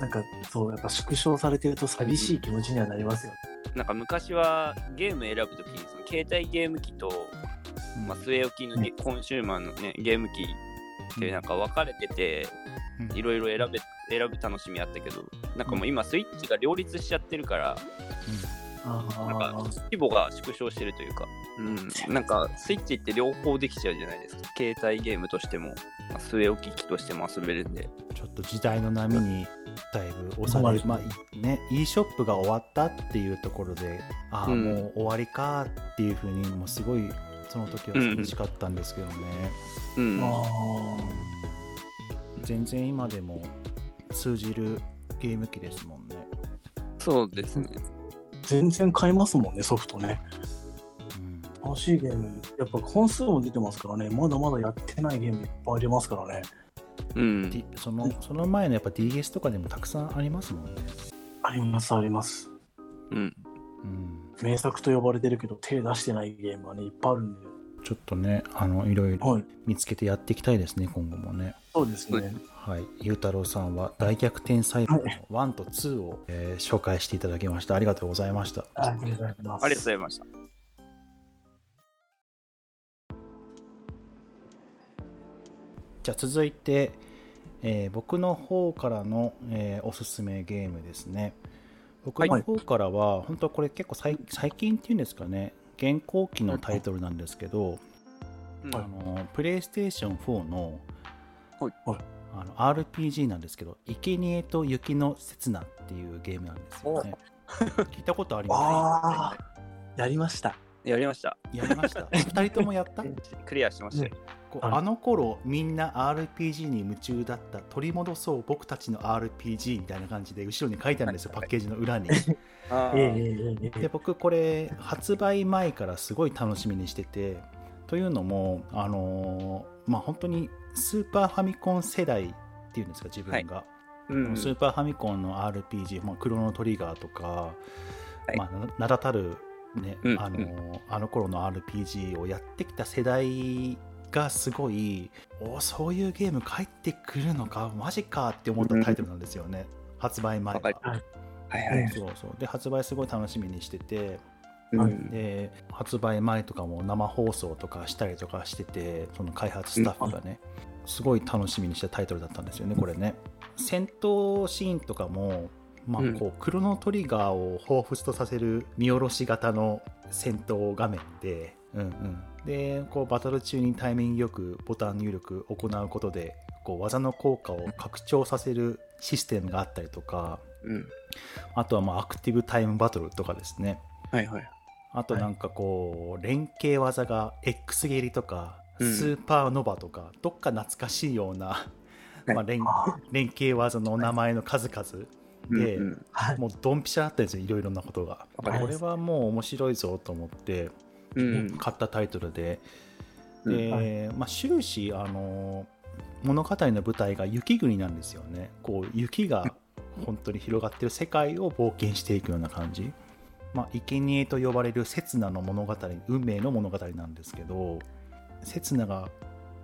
B: なんかそう、やっぱ縮小されてると寂しい気持ちにはなりますよ。
C: なんか昔はゲーム選ぶときにその携帯ゲーム機と、まあ、据え置きのゲコンシューマーの、ね、ゲーム機ってなんか分かれてて
A: うん
C: いろいろ選べ選ぶ楽しみあったけどなんかもう今スイッチが両立しちゃってるから
B: あ
C: なん規模が縮小してるというか、うん、なんかスイッチって両方できちゃうじゃないですか携帯ゲームとしても、まあ、据え置き機としても遊べるんで
A: ちょっと時代の波にだいぶ押される、まあね、e ショップが終わったっていうところでああ
C: うん
A: もう終わりかっていうふうにもうすごいその時は寂しかったんですけどね、
C: うん
B: あ
A: 全然今でも通じるゲーム機ですもんね、
C: そうですね
B: 全然買えますもんね、ソフトね。
A: うん
B: 楽しいゲーム、やっぱ本数も出てますからね、まだまだやってないゲームいっぱいありますからね。
C: うん
A: D- そのその前のやっぱ DS とかでもたくさんありますもんね、
B: あります、あります。
C: うん
A: うん
B: 名作と呼ばれてるけど、手出してないゲームはね、いっぱいあるんで。
A: ちょっとねあのいろいろ
B: はい。
A: 見つけてやっていきたいですね今後もね
B: そうですね。
A: はいゆうたろうさんは大逆転裁判の1と2を、えー紹介していただきましたありがとうございました
B: ありがとうございます。
C: ありがとうございました
A: じゃあ続いて、えー僕の方からの、えーおすすめゲームですね僕
B: は
A: の
B: い
A: 方からは、本当はこれ結構最最近っていうんですかね現行期のタイトルなんですけど、
C: うん
A: あのプレイステーション4の,、
C: はい
B: はい
A: あの RPG なんですけど「生贄と雪の刹那」っていうゲームなんですよね聞いたことありま
B: ああ、やりました。
C: やりました
A: すやりま した2人ともやった
C: クリアしましたよ、
A: こう
B: はい
A: あの頃みんな RPG に夢中だった取り戻そう僕たちの RPG みたいな感じで後ろに書いてあるんです よパッケージの裏に
C: あ
B: えええ
C: ー
B: ええええ
A: で僕これ発売前からすごい楽しみにしててというのも、あのーまあ、本当にスーパーファミコン世代っていうんですか自分が、
C: うん
A: スーパーファミコンの RPG、まあ、クロノトリガーとか、
C: はい
A: まあ、な名だたる、ね
C: うん
A: あのーあの頃の RPG をやってきた世代がすごいおーそういうゲーム帰ってくるのかマジかって思ったタイトルなんですよね、発売前
C: わか
A: は
C: る。はいはい。
A: そうそうで発売すごい楽しみにしてて
C: うん
A: で発売前とかも生放送とかしたりとかしててその開発スタッフがねすごい楽しみにしたタイトルだったんですよねこれね戦闘シーンとかもまあ
C: うん
A: こうクロノトリガーを彷彿とさせる見下ろし型の戦闘画面で、うんうん、でこうバトル中にタイミングよくボタン入力を行うことでこう技の効果を拡張させるシステムがあったりとか
C: うん
A: あとはまあアクティブタイムバトルとかですね
C: はいはい。
A: あとなんかこう、連携技が X 蹴りとか、
C: うん
A: スーパーノバとかどっか懐かしいよう な、
C: はい
A: まあ、連
B: あ
A: 連携技の名前の数々で、
C: うんうん
B: はい。
A: もうドンピシャだったんですよいろいろなことが
C: わ
A: こ
C: かります
A: れはもう面白いぞと思って
C: うん
A: 買ったタイトルで、
C: うん
A: で、まあ、終始あの物語の舞台が雪国なんですよねこう雪が本当に広がってる世界を冒険していくような感じまあ生贄と呼ばれる刹那の物語運命の物語なんですけど刹那が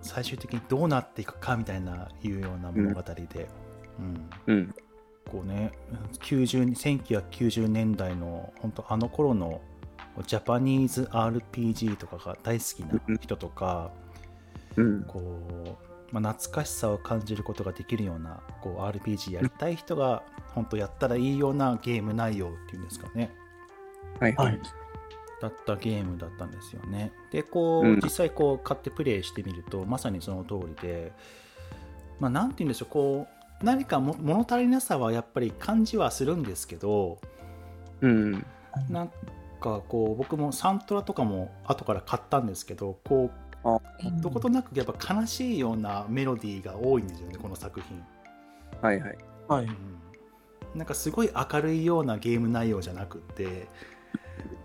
A: 最終的にどうなっていくかみたいないうような物語で、うん、
C: うん
A: こうね90 1990年代の本当あの頃のジャパニーズ RPG とかが大好きな人とか、
C: うん
A: こう、まあ、懐かしさを感じることができるようなこう RPG やりたい人が本当やったらいいようなゲーム内容っていうんですかね
C: はいは
B: はいい。
A: だったゲームだったんですよねでこう、
C: うん
A: 実際こう買ってプレイしてみるとまさにその通りでまあなんて言うんでしょうこう何かも物足りなさはやっぱり感じはするんですけど
C: うん
A: なんかこう僕もサントラとかも後から買ったんですけどこうどことなくやっぱ悲しいようなメロディーが多いんですよねこの作品、
C: はいはい。
B: はい。
A: うんなんかすごい明るいようなゲーム内容じゃなくって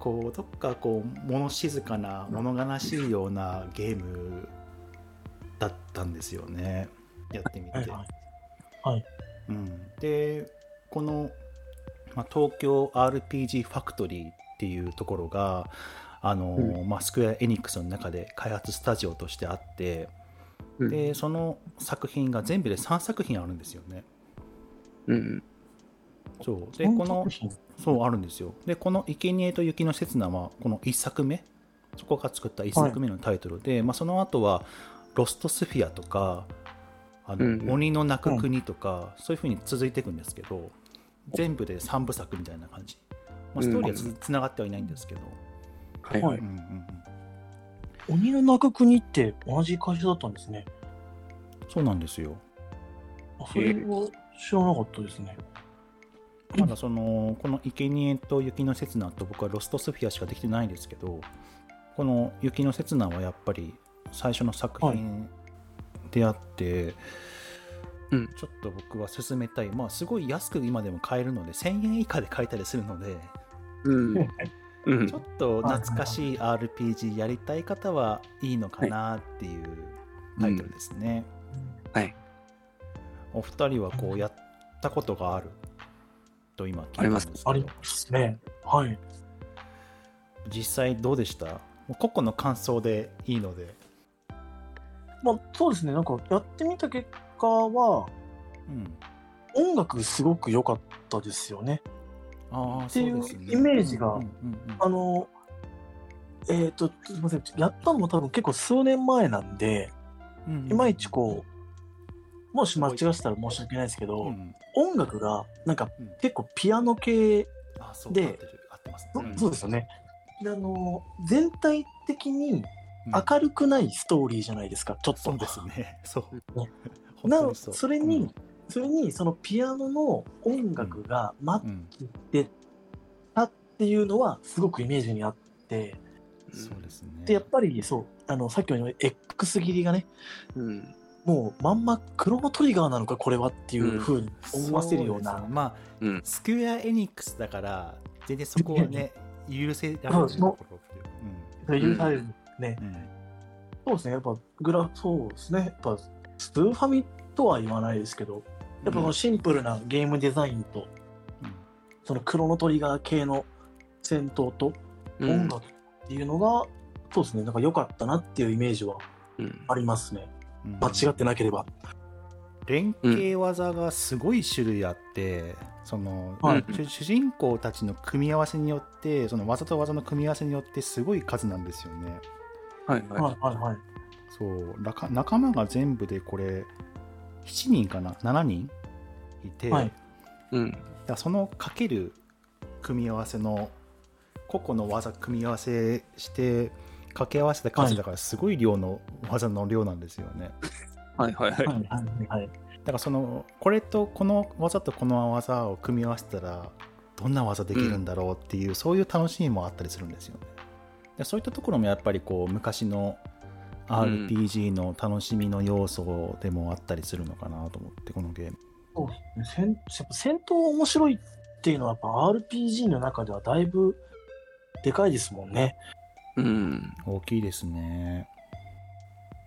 A: こうどっかこう物静かな物悲しいようなゲームだったんですよねやってみて。
B: はいはい
A: うん、でこの、まあ、東京 RPG ファクトリーっていうところがあの、まあ、スクエア・エニックスの中で開発スタジオとしてあって
C: うん
A: でその作品が全部で3作品あるんですよね。
C: うん
A: そうでこの
B: 作品
A: そうあるんですよでこの「生贄と雪の刹那」はこの1作目そこが作った1作目のタイトルで、まあ、その後は「ロストスフィア」とか「あの
C: うんうん
A: 鬼の泣く国」とか、そういうふうに続いていくんですけど全部で3部作みたいな感じ、まあ、ストーリーはつつながってはいないんですけど、
C: はい
B: は
C: はいい
A: うんうんうん
B: 鬼の泣く国って同じ会社だったんですね。
A: そうなんですよ
B: あそれは知らなかったです ね。
A: まだそのこの「生贄と雪の刹那」と僕は「ロストスフィア」しかできてないんですけどこの「雪の刹那」はやっぱり最初の作品であって、
C: うん
A: ちょっと僕は勧めたいまあすごい安く今でも買えるので1000円以下で買えたりするので
C: うんうん
A: ちょっと懐かしい RPG やりたい方はいいのかなっていうタイトルですね、
C: はい
A: お二人はこうやったことがあると今聞いた
C: あり
A: ん
C: ま
A: ですすけど
B: ありますね。はい。
A: 実際どうでしたもう個々の感想でいいので、
B: まあそうですね。なんかやってみた結果は
A: うん、
B: 音楽すごく良かったですよね。
A: ああ
B: っていうイメージがあのえっ、とすみません。やったのも多分結構数年前なんで、いまいちこうもし間違ってたら申し訳ないですけ
A: う
B: ど、
A: んうん、
B: 音楽がなんか
A: うん
B: 結構ピアノ系
A: あそう
B: で
A: 合ってる合ってます、
B: そ
C: うん
B: そうですよね。であの全体的に
A: うん
B: 明るくないストーリーじゃないですか、ちょっと。
A: そうですねそう 本
B: な
A: 当
B: の
A: に
B: そうれに、それにそのピアノの音楽が待
A: うんうん
B: ってたっていうのはすごくイメージにあって、
A: そうですね
B: でやっぱりそうあのさっきも言った X 切りがね
C: うん
B: もうまんまクロノトリガーなのかこれはっていうふうに思わせるような、
A: そですねまあ
C: うん
A: スクエア・エニックスだから全然そこをね許せられるところっていう
B: そういうタイプね、
A: うんうん
B: そうですね、やっぱグラそうですね、やっぱスーファミとは言わないですけど、やっぱそのシンプルなゲームデザインと、
A: うん
B: そのクロノトリガー系の戦闘と
C: うん
B: 音楽っていうのが、そうですね、なんか良かったなっていうイメージは
C: うん
B: ありますね。
A: うん
B: 間違ってなければ。
A: 連携技がすごい種類あって、その、
B: はい
A: 主主人公たちの組み合わせによってその技と技の組み合わせによってすごい数なんですよね
C: はい
B: は
C: はい
B: はいはい。
A: そう仲仲間が全部でこれ7人かな7人いて、
B: はい
A: だか
C: い。うん。
A: らそのかける組み合わせの個々の技組み合わせして掛け合わせた数だからすごい量の技の量なんですよね、
C: はいはいはい。
B: はいはいはい。
A: だからそのこれとこの技とこの技を組み合わせたらどんな技できるんだろうっていう、そういう楽しみもあったりするんですよねでそういったところもやっぱりこう昔の RPG の楽しみの要素でもあったりするのかなと思ってこのゲーム
B: そうですね戦戦闘面白いっていうのはやっぱ RPG の中ではだいぶでかいですもんね。
C: うん。
A: 大きいですね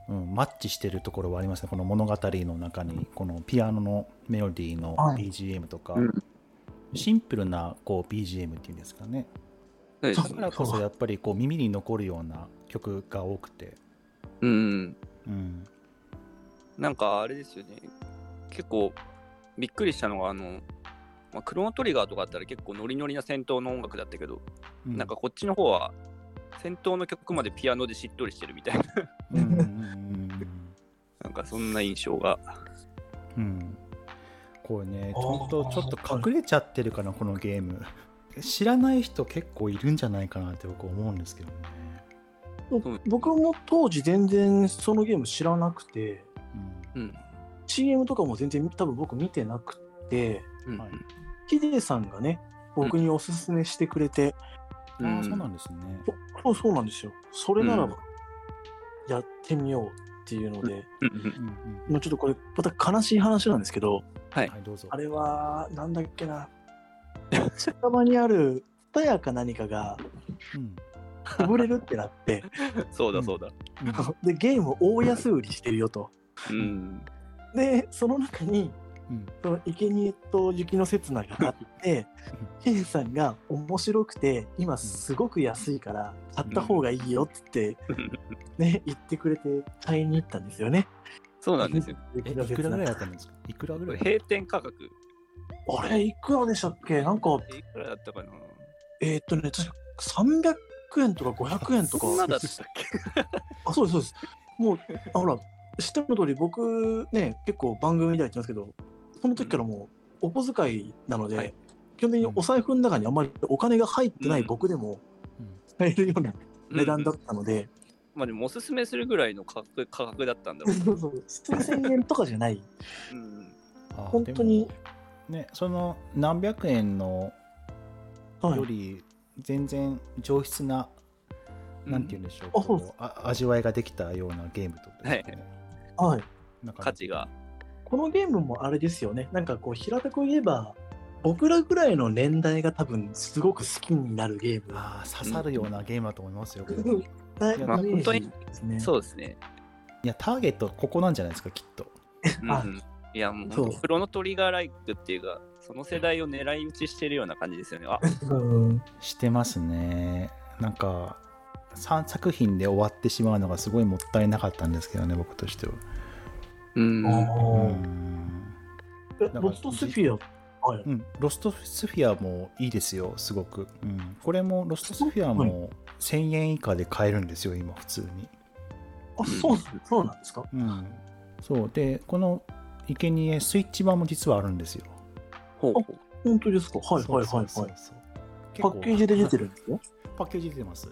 A: うん、マッチしてるところはありますね、この物語の中に、このピアノのメロディーの
B: はい
A: BGM とか、
C: うん
A: シンプルなこう BGM っていうんですかね、
C: そうで
A: だ
C: す
A: か
C: ね
A: らこそやっぱりこう耳に残るような曲が多くて、
C: うん。
A: うん、
C: なんかあれですよね。結構びっくりしたのが、あの、まあ、クロノトリガーとかあったら結構ノリノリな戦闘の音楽だったけど、なんかこっちの方は戦闘の曲までピアノでしっとりしてるみたいな、
A: うん、うんうん
C: なんかそんな印象が。
A: うんうん、これね
B: あー
A: 本当ちょっと隠れちゃってるかなこのゲーム知らない人結構いるんじゃないかなって僕思うんですけどね、
C: ん
B: 僕も当時全然そのゲーム知らなくて
A: うん
C: うん。
B: CM とかも全然多分僕見てなくて
C: うん
A: はい
B: ヒデさんがね僕におすすめしてくれて、
C: う
A: ああそうなんんですね、
B: そうそうなんですよそれならば
C: う
B: やってみようっていうので、
C: うん
A: うんうん
B: もうちょっとこれまた悲しい話なんですけど
C: はい
A: はいどうぞ
B: あれはなんだっけな近場にある蔦屋か何かが
A: うん
B: 潰れるってなって
C: そうだそうだ。
A: うん
B: でゲームを大安売りしてるよと。
C: うん。
B: でその中に
A: うん
B: その生贄と雪の刹那があってヒデさんが面白くて今すごく安いから買った方がいいよっつって、ね、言ってくれて買いに行ったんですよね。
C: そうなんですよ。
A: え
B: 雪
A: い
B: の刹
A: くらぐらい
B: 那
A: だったんですかいくらぐらい
C: 閉店価格、い
B: あれいくらでしたっけなんか
C: くらだったかな
B: えーっとね確か300円とか500円とか
C: そんなだったっけ
B: あそうですそうですもうあほら知っての通り僕ね結構番組では言ってますけどその時からもうお小遣いなので、
C: はい
B: 基本的にお財布の中にあんまりお金が入ってない僕でも
A: うん
B: 買えるような値段だっ
C: うん
B: たので、
C: まあでもおすすめするぐらいの価格価格だったんだろう
B: そうそう数千円とかじゃ ない
C: うん
A: あー
B: 本当に
A: でもねその何百円の
B: はい
A: より全然上質な、なんて言うんでしょう
B: あそう
A: こ
B: です
A: うあ味わいができたようなゲームってことですよね。
B: はい
A: なんか
C: 価値が。
B: このゲームもあれですよねなんかこう平たく言えば僕らぐらいの年代が多分すごく好きになるゲームな
A: あー刺さるようなゲームだと思いますよ。これ
B: うん
A: い
B: イ
A: まあ
B: メージ
C: 本
B: ですね。
C: そうですね。
A: やターゲットここなんじゃないですかきっと。
C: うん
B: あ
C: いやもう
B: そう
C: 本当プロのトリガーライクっていうか、その世代を狙い撃ちしてるような感じですよね。あ
B: うん
A: してますね。なんか3作品で終わってしまうのがすごいもったいなかったんですけどね僕としては。
C: うん
A: う
B: あ
A: ん
B: ーえロストスフィア、はい、
A: うん、ロストスフィアもいいですよすごく、うん、これもロストスフィアも1000円以下で買えるんですよ今普通に、
B: あそうなんそうなんですか
A: うん、そうでこの生贄スイッチ版も実はあるんですよ
C: ほうほう
B: 本当ですかはいはいはい
A: そうそうそう
B: はい。
A: そう
B: パッケージで出て
A: る
B: るんですよ。
A: パッケージ出てます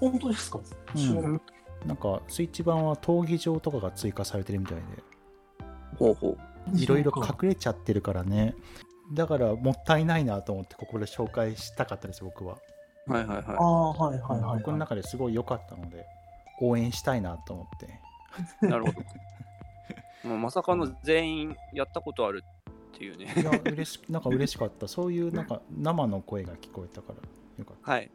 B: 本当ですか、
A: うん
B: 知らなかっ
A: なんかスイッチ版は闘技場とかが追加されてるみたい
C: ほうほう。
B: た
A: でいろいろ
B: そうか
A: 隠れちゃってるからねだからもったいないなと思ってここで紹介したかったです僕は、
C: はいはい
B: あ
C: は
B: あ、はいはいはい、はい。
A: 僕の中ですごい良かったので応援したいなと思って
C: い。なるほど。まあまさかの全員やったことあるっていうね。
A: いや嬉し なんか嬉しかったそういうなんか生の声が聞こえたからよかった、
C: はい。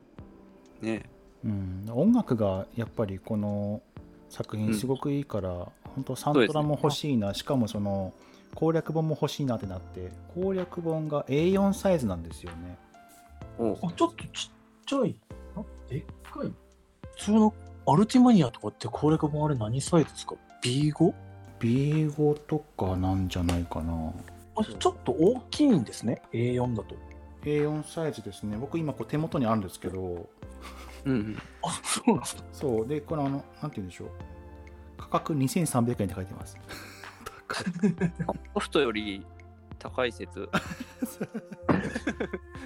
C: ね
A: うん、音楽がやっぱりこの作
C: う
A: 品
C: ん
A: すごくいいから、本当サン
C: うですね
A: トラも欲しいな、しかもその攻略本も欲しいなってなって攻略本が A4 サイズなんですよね
C: おう
B: あちょっとちっちゃいなでっかい普通のアルティマニアとかって攻略本あれ何サイズですか ?B5?
A: B5 とかなんじゃないかな
B: あちょっと大きいんですね A4 だと
A: A4 サイズですね僕今こう手元にあるんですけど
C: うんうん、
B: あそうなんですか
A: そうでこのあのなんて言うんでしょう価格2300円って書いてます
C: ソフトより高い説。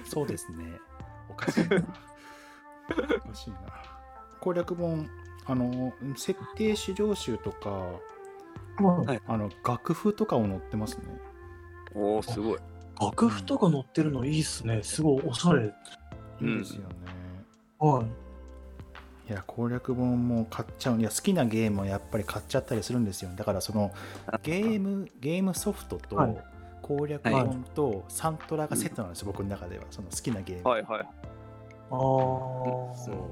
A: そうですねおかしいなおかしいな攻略本あの設定資料集とか
C: はい
A: あの楽譜とかを載ってますね
C: おおすごい。
B: 楽譜とか載ってるのいいっすねすごいおしゃれ
A: い
C: うん
A: いですよね、
B: はい
A: や攻略本も買っちゃうんいや好きなゲームはやっぱり買っちゃったりするんですよだからそのゲームゲームソフト
B: はい
A: と攻略本とサントラがセットなんですよ、僕の中ではその好きなゲーム、
C: はいはい。
B: あー
A: そ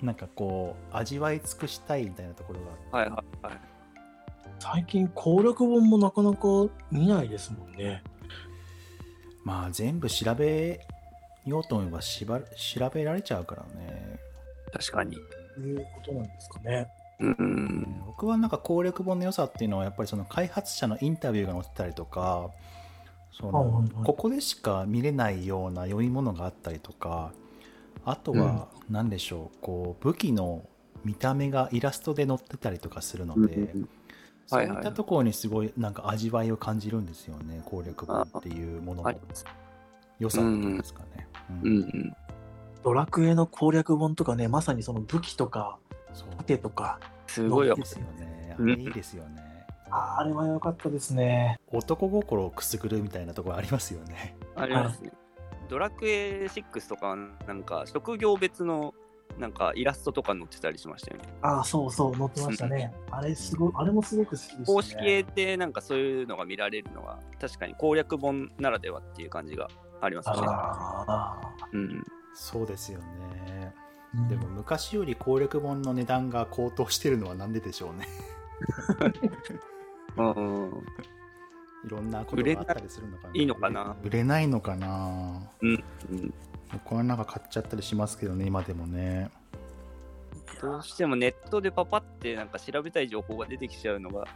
A: うなんかこう味わい尽くしたいみたいなところが
C: はいはいはい。
B: 最近攻略本もなかなか見ないですもんね
A: まあ全部調べようと思えばしば調べられちゃうからね
C: 確かに。
B: ということなんですかね
C: うん。
A: 僕はなんか攻略本の良さっていうのはやっぱりその開発者のインタビューが載ってたりとかそ
B: はいは
A: の
B: いはい
A: ここでしか見れないような良いものがあったりとかあとは何でしょうこう武器の見た目がイラストで載ってたりとかするのでそうい
C: はい
A: っ
C: は
A: た
C: い
A: ところにすごいなんか味わいを感じるんですよね攻略本っていうもの
C: あ
A: の
C: ります
A: 良さっていうんですかね。
C: う
A: うんん
C: うん。
B: ドラクエの攻略本とかねまさにその武器とか
A: そう
B: 盾とか
C: すごいよ
A: で。すよね。あ
C: うん
A: れいいですよね。
B: あーあれは良かったですね
A: 男心をくすぐるみたいなところありますよね。
C: ありますね。ドラクエ6とかはなんか職業別のなんかイラストとか載ってたりしましたよね。
B: ああそうそう載ってましたねあれすごいあれもすごく好きでした、ね、
C: 公式絵でなんかそういうのが見られるのは確かに攻略本ならではっていう感じがありますね。
B: あ
C: うん。
A: そうですよね。
B: ー
A: でも昔より攻略本の値段が高騰してるのは何ででしょうね。
C: うん。
A: いろんなことがあったりするのかな。
C: 売れないいのかな
A: 売れないのかな。
C: うん
A: 僕はなんか買っちゃったりしますけどね、今でもね。
C: どうしてもネットでパパってなんか調べたい情報が出てきちゃうのが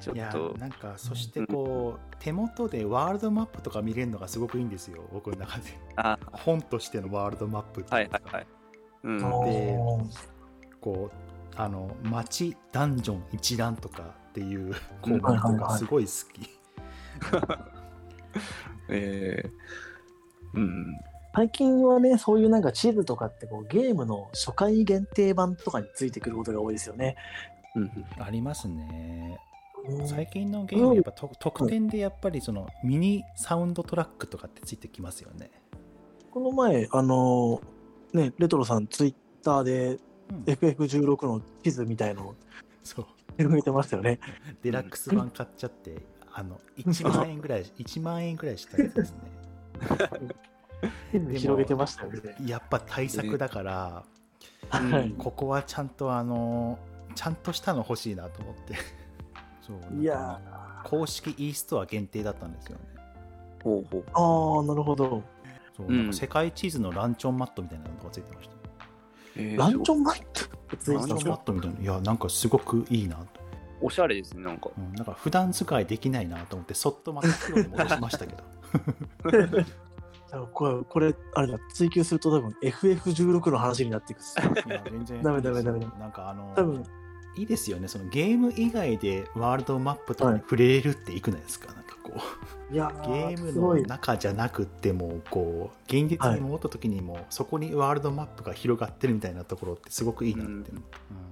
C: ちょ
A: い
C: っ
A: や
C: と、
A: なんかそしてこう、手元でワールドマップとか見れるのがすごくいいんですよ、僕の中で。
C: あ
A: 本としてのワールドマップって
C: はい
A: うん
C: は
A: です
C: い
A: か
C: はい。うん、
B: あー
A: こうあの街ダンジョン一覧とかっていう項目
C: は
B: は
C: い
B: い
A: と
B: は
A: か
B: い
A: すごい好き、
C: えー、うん。
B: 最近はねそういうなんか地図とかってこうゲームの初回限定版とかについてくることが多いですよね、
C: うん、
A: ありますね
B: うん
A: 最近のゲームはやっぱと特典でやっぱりそのミニサウンドトラックとかってついてきますよね、
B: この前あのーねレトロさんツイッターで
A: うん
B: FF16 の地図みたいのを
A: そう
B: 広げてまし たよね
A: デラックス版買っちゃってあの1万円ぐらい1万 円ぐらいしたやつですね
B: 地図
A: でも
B: 広げてましたよね
A: やっぱ対策だから、
B: はい
A: ここはちゃんとあのちゃんとしたの欲しいなと思ってそうなんかね
B: いや
A: 公式 e ストア限定だったんですよね
C: ほうほう。
B: ーああなるほど
A: そう
C: うん
A: なんか世界地図のランチョンマットみたいなのがついてました、
C: えー
B: ランチョンマイトつい
A: ラ
B: て
A: ンチ
B: たん
A: ョン
B: です
A: マ
B: か
A: ットみたいないやなんかすごくいいなと、
C: おしゃれですね、 なんか。
A: うん、なんか普段使いできないなと思ってそっとまた袋に戻しましたけど
B: だからこれこれあれだ追求すると多分 FF16 の話になっていくっす
A: いや全然
B: ダメダメダメ
A: なんかあの
B: 多分
A: いいですよねそのゲーム以外でワールドマップとか
B: は
A: に
B: い
A: 触れるっていくないですか、なんかこう
B: いや
A: ゲーム
B: す
A: の
B: ごい
A: 中じゃなくってもこう現実に戻った時にも、そこにワールドマップが広がってるみたいなところってすごくいいなって、
C: うん
A: うん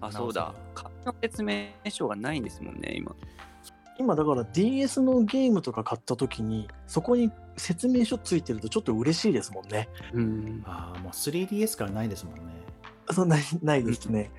C: あ、そうだ。紙の説明書がないんですもんね、今。
B: 今だから DS のゲームとか買った時にそこに説明書ついてるとちょっと嬉しいですもんね
C: うん。
A: ああもう 3DS からないですもんね
B: そんなにないですね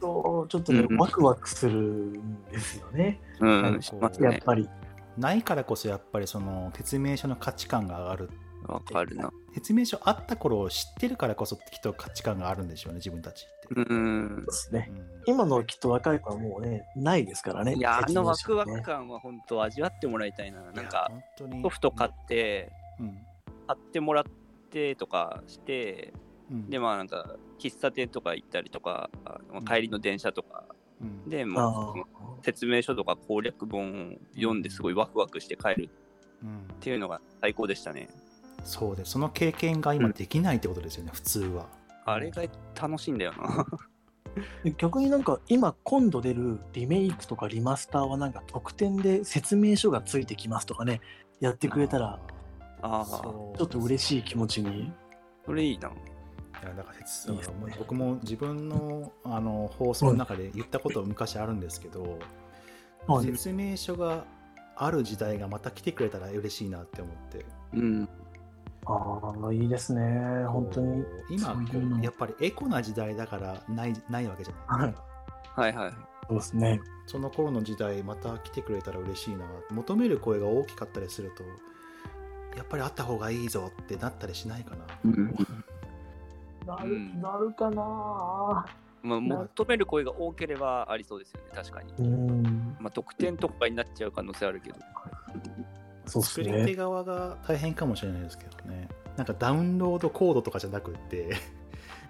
B: そうちょっとね、
C: うん
B: ワクワクするんですよね
C: うん、します
B: やっ
C: ね。
B: ぱり
A: ないからこそやっぱりその説明書の価値観が上がる
C: わかるな。
A: 説明書あった頃を知ってるからこそきっと価値観があるんでしょうね自分たちって、
C: うん
B: で。すね。
A: うん
B: 今のきっと若い子はもうね、ないですからね。
C: いや、あ
B: 説明
C: のワ
B: 書
C: ク
B: ね
C: ワク感は本当味わってもらいたいな。なん
A: い
C: か
A: や、本当に
C: ソフト買って、
A: うん
C: 買ってもらってとかして、
A: うん
C: で、まあなんか、喫茶店とか行ったりとか、あまあ帰りの電車とか、
A: うん
C: で、まあ、
B: あ
C: その
B: あ
C: 説明書とか攻略本を読んですごいワクワクして帰る
A: うん
C: っていうのが最高でしたね。
A: そうでその経験が今できないってことですよね、普通は
C: あれが楽しいんだよな。
B: 逆になんか今今度出るリメイクとかリマスターはなんか特典で説明書がついてきますとかねやってくれたら
C: ああ、そ
A: そ
B: ちょっと嬉しい気持ちに
C: れいいな。
A: いやだから説
B: いいですね
A: だから僕も自分のあの放送の中で言ったこと昔あるんですけど、
B: はい
A: 説明書がある時代がまた来てくれたら嬉しいなって思って
C: うん。
B: ああいいですね本当に
A: こう今こ
B: そういうの
A: うやっぱりエコな時代だからないないわけじゃないですか、
C: はいはい。
B: そうですね
A: その頃の時代また来てくれたら嬉しいな求める声が大きかったりするとやっぱりあった方がいいぞってなったりしないかな、
C: うん
B: な
C: るうん
B: なるかな
C: まあ、求める声が多ければありそうですよね、確かに。
B: うん
C: まあ、得点とかになっちゃう可能性あるけど。
B: そうです
A: 作り手
B: ね
A: 側が大変かもしれないですけどねなんかダウンロードコードとかじゃなくって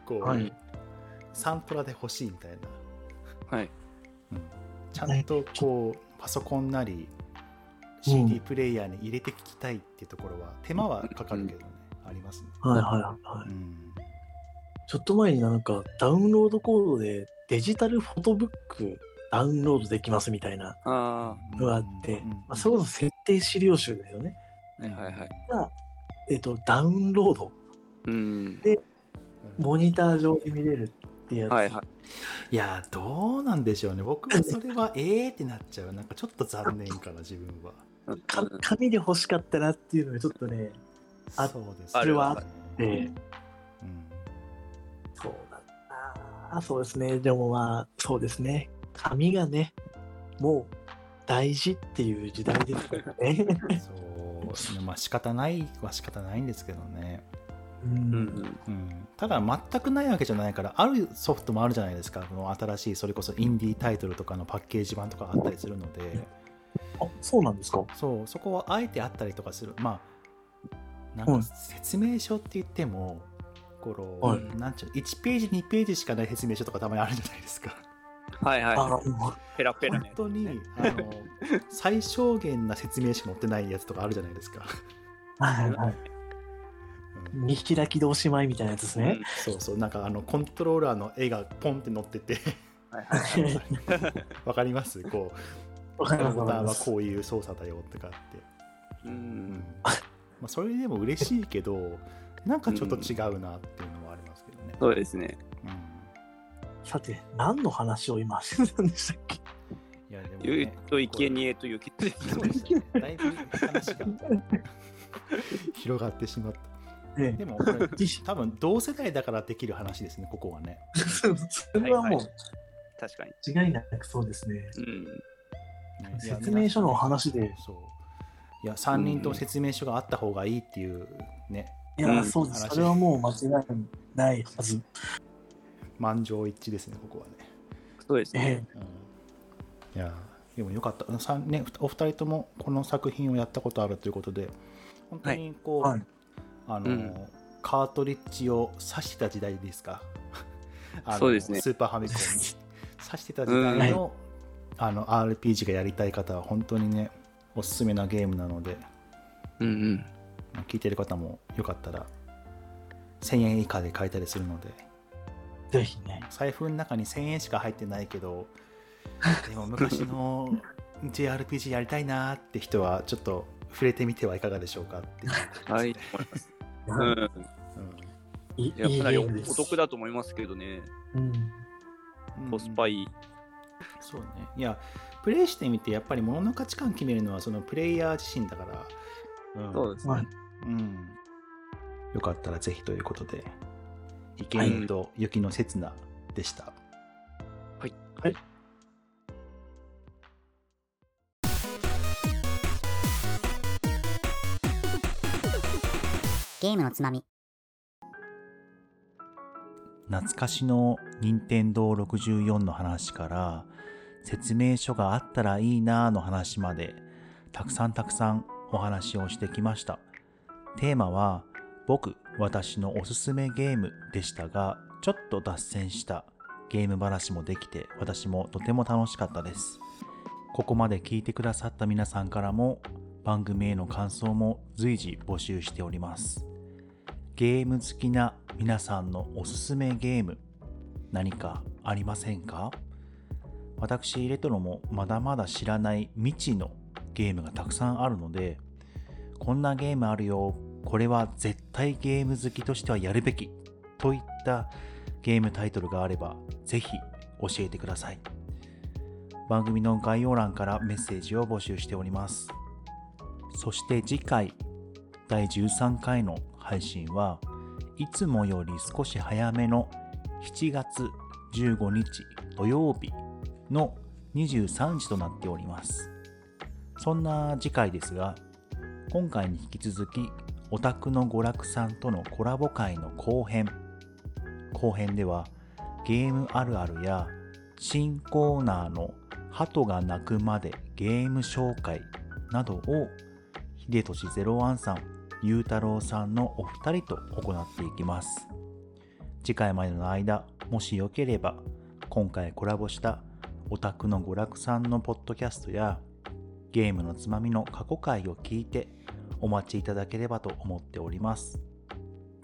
A: こう、
B: はい
A: サントラで欲しいみたいな、
C: はい。
A: うんちゃんとこうパソコンなり CD プレイヤーに入れて聞きたいっていうところは手間はかかるけどね、ありますね、
B: はいはいはいはい
A: うん
B: ちょっと前になんかダウンロードコードでデジタルフォトブックダウンロードできますみたいな
C: あ
B: のがあって、
A: うん
B: まあ、それこそ設定資料集ですよね
C: あ、はいはいはい。
B: えっとダウンロード
C: うん。
B: モニター上で見れるってやつ、
C: はいはい。
A: いやーどうなんでしょうね僕はそれはえーってなっちゃうなんかちょっと残念かな自分は
C: うん
B: か紙で欲しかったなっていうのがちょっとね、あ
A: そうですね
C: それはあ
B: って
A: うん
B: そうだなあ。そうですね。でもまあ、そうですね。紙がね、もう大事っていう時代ですから ね。
A: そう、まあ仕方ないは仕方ないんですけどね。
B: う。
C: うんん。
A: うん、ただ全くないわけじゃないから、あるソフトもあるじゃないですか。この新しい、それこそインディータイトルとかのパッケージ版とかあったりするので、
B: あ、そうなんですか。
A: そう、そこはあえてあったりとかする。まあ、なんか説明書って言っても、この、
B: はい
A: なんちゅうの、1ページ、2ページしかない説明書とかたまにあるじゃないですか。
C: はいは
B: あ、も
C: い。ペラペラ
A: 本
C: ね。
A: 当に、あの、最小限な説明しか載ってないやつとかあるじゃないですか。
B: う、はい
A: う
B: はい。
A: ん
B: 見開きでおしまいみたいなやつですね。
A: そうそうなんかあのコントローラーの絵がポンって乗って て
C: はいはいはい。
A: わかりますこ
B: わ
A: うこ
B: かり
A: の
B: ます
A: ボ
B: わか
A: タ
B: り
A: ン
B: ま
A: は
B: す。
A: こういう操作だよとかって、
C: う
A: うん
C: ん。
A: まあ、それでも嬉しいけどなんかちょっと違うなっていうのはありますけどね、
C: そうですね。
A: うん
B: さて、何の話を今してたんでしたっけ
A: いやでもね
C: 唯一と生贄という結
A: そう
C: 論
A: で
C: ですした
A: ねだいぶ話が 広がってしまった
B: ね
A: でもこれ多分同世代だからできる話ですねここはね
B: それはもう
C: 確かに。
B: 違いなくそうですね。
C: うん。
A: ねいや
B: 説明書のお話で
A: そういや3人とも説明書があった方がいいっていうね、
B: いうや、
C: ん
B: そうです。
A: 話
B: それはもう間違いないはず。
A: 満場一致ですねここはね、
C: そうですね。
A: い
B: え
A: やでもよかったさん、ね、お二人ともこの作品をやったことあるということで本当にこう、
B: はいはい
A: あの、
C: うん
A: カートリッジを刺してた時代ですか あの
C: そうですね
A: スーパーファミコンに 刺してた時代の,、あの RPG がやりたい方は本当にねおすすめなゲームなので
C: うんうん。
A: まあ聞いてる方もよかったら1000円以下で買えたりするので
B: えぜひね。
A: 財布の中に1000円しか入ってないけ どでも昔の JRPG やりたいなーって人はちょっと触れてみてはいかがでしょうか っていうこと
C: はい
A: ですね、。
C: うん。
B: いいい
C: いや、
B: い
C: か
B: ゲ
C: なりお
B: ームです。
C: 得だと思いますけどね。
B: うん。
A: うん
C: コスパいい。
A: そうねいやプレイしてみてやっぱり物の価値観決めるのはそのプレイヤー自身だから、うん
C: そうです
B: まあ
C: ね。
A: うん、よかったらぜひということで意見と雪の刹那でした、
C: はい
B: はい
D: ゲームのつまみ。
A: 懐かしの任天堂64の話から説明書があったらいいなぁの話までたくさんたくさんお話をしてきましたテーマは僕私のおすすめゲームでしたがちょっと脱線したゲーム話もできて私もとても楽しかったですここまで聞いてくださった皆さんからも番組への感想も随時募集しておりますゲーム好きな皆さんのおすすめゲーム何かありませんか私レトロもまだまだ知らない未知のゲームがたくさんあるのでこんなゲームあるよこれは絶対ゲーム好きとしてはやるべきといったゲームタイトルがあればぜひ教えてください番組の概要欄からメッセージを募集しておりますそして次回第13回の配信はいつもより少し早めの7月15日土曜日の23時となっておりますそんな次回ですが今回に引き続きオタクの娯楽さんとのコラボ会の後編後編ではゲームあるあるや新コーナーの鳩が鳴くまでゲーム紹介などを秀俊ゼロワンさん、ゆうたろうさんのお二人と行っていきます。次回までの間、もしよければ、今回コラボしたオタクの娯楽さんのポッドキャストや、ゲームのつまみの過去回を聞いてお待ちいただければと思っております。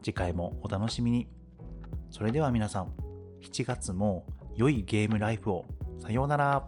A: 次回もお楽しみに。それでは皆さん、7月も良いゲームライフを。さようなら。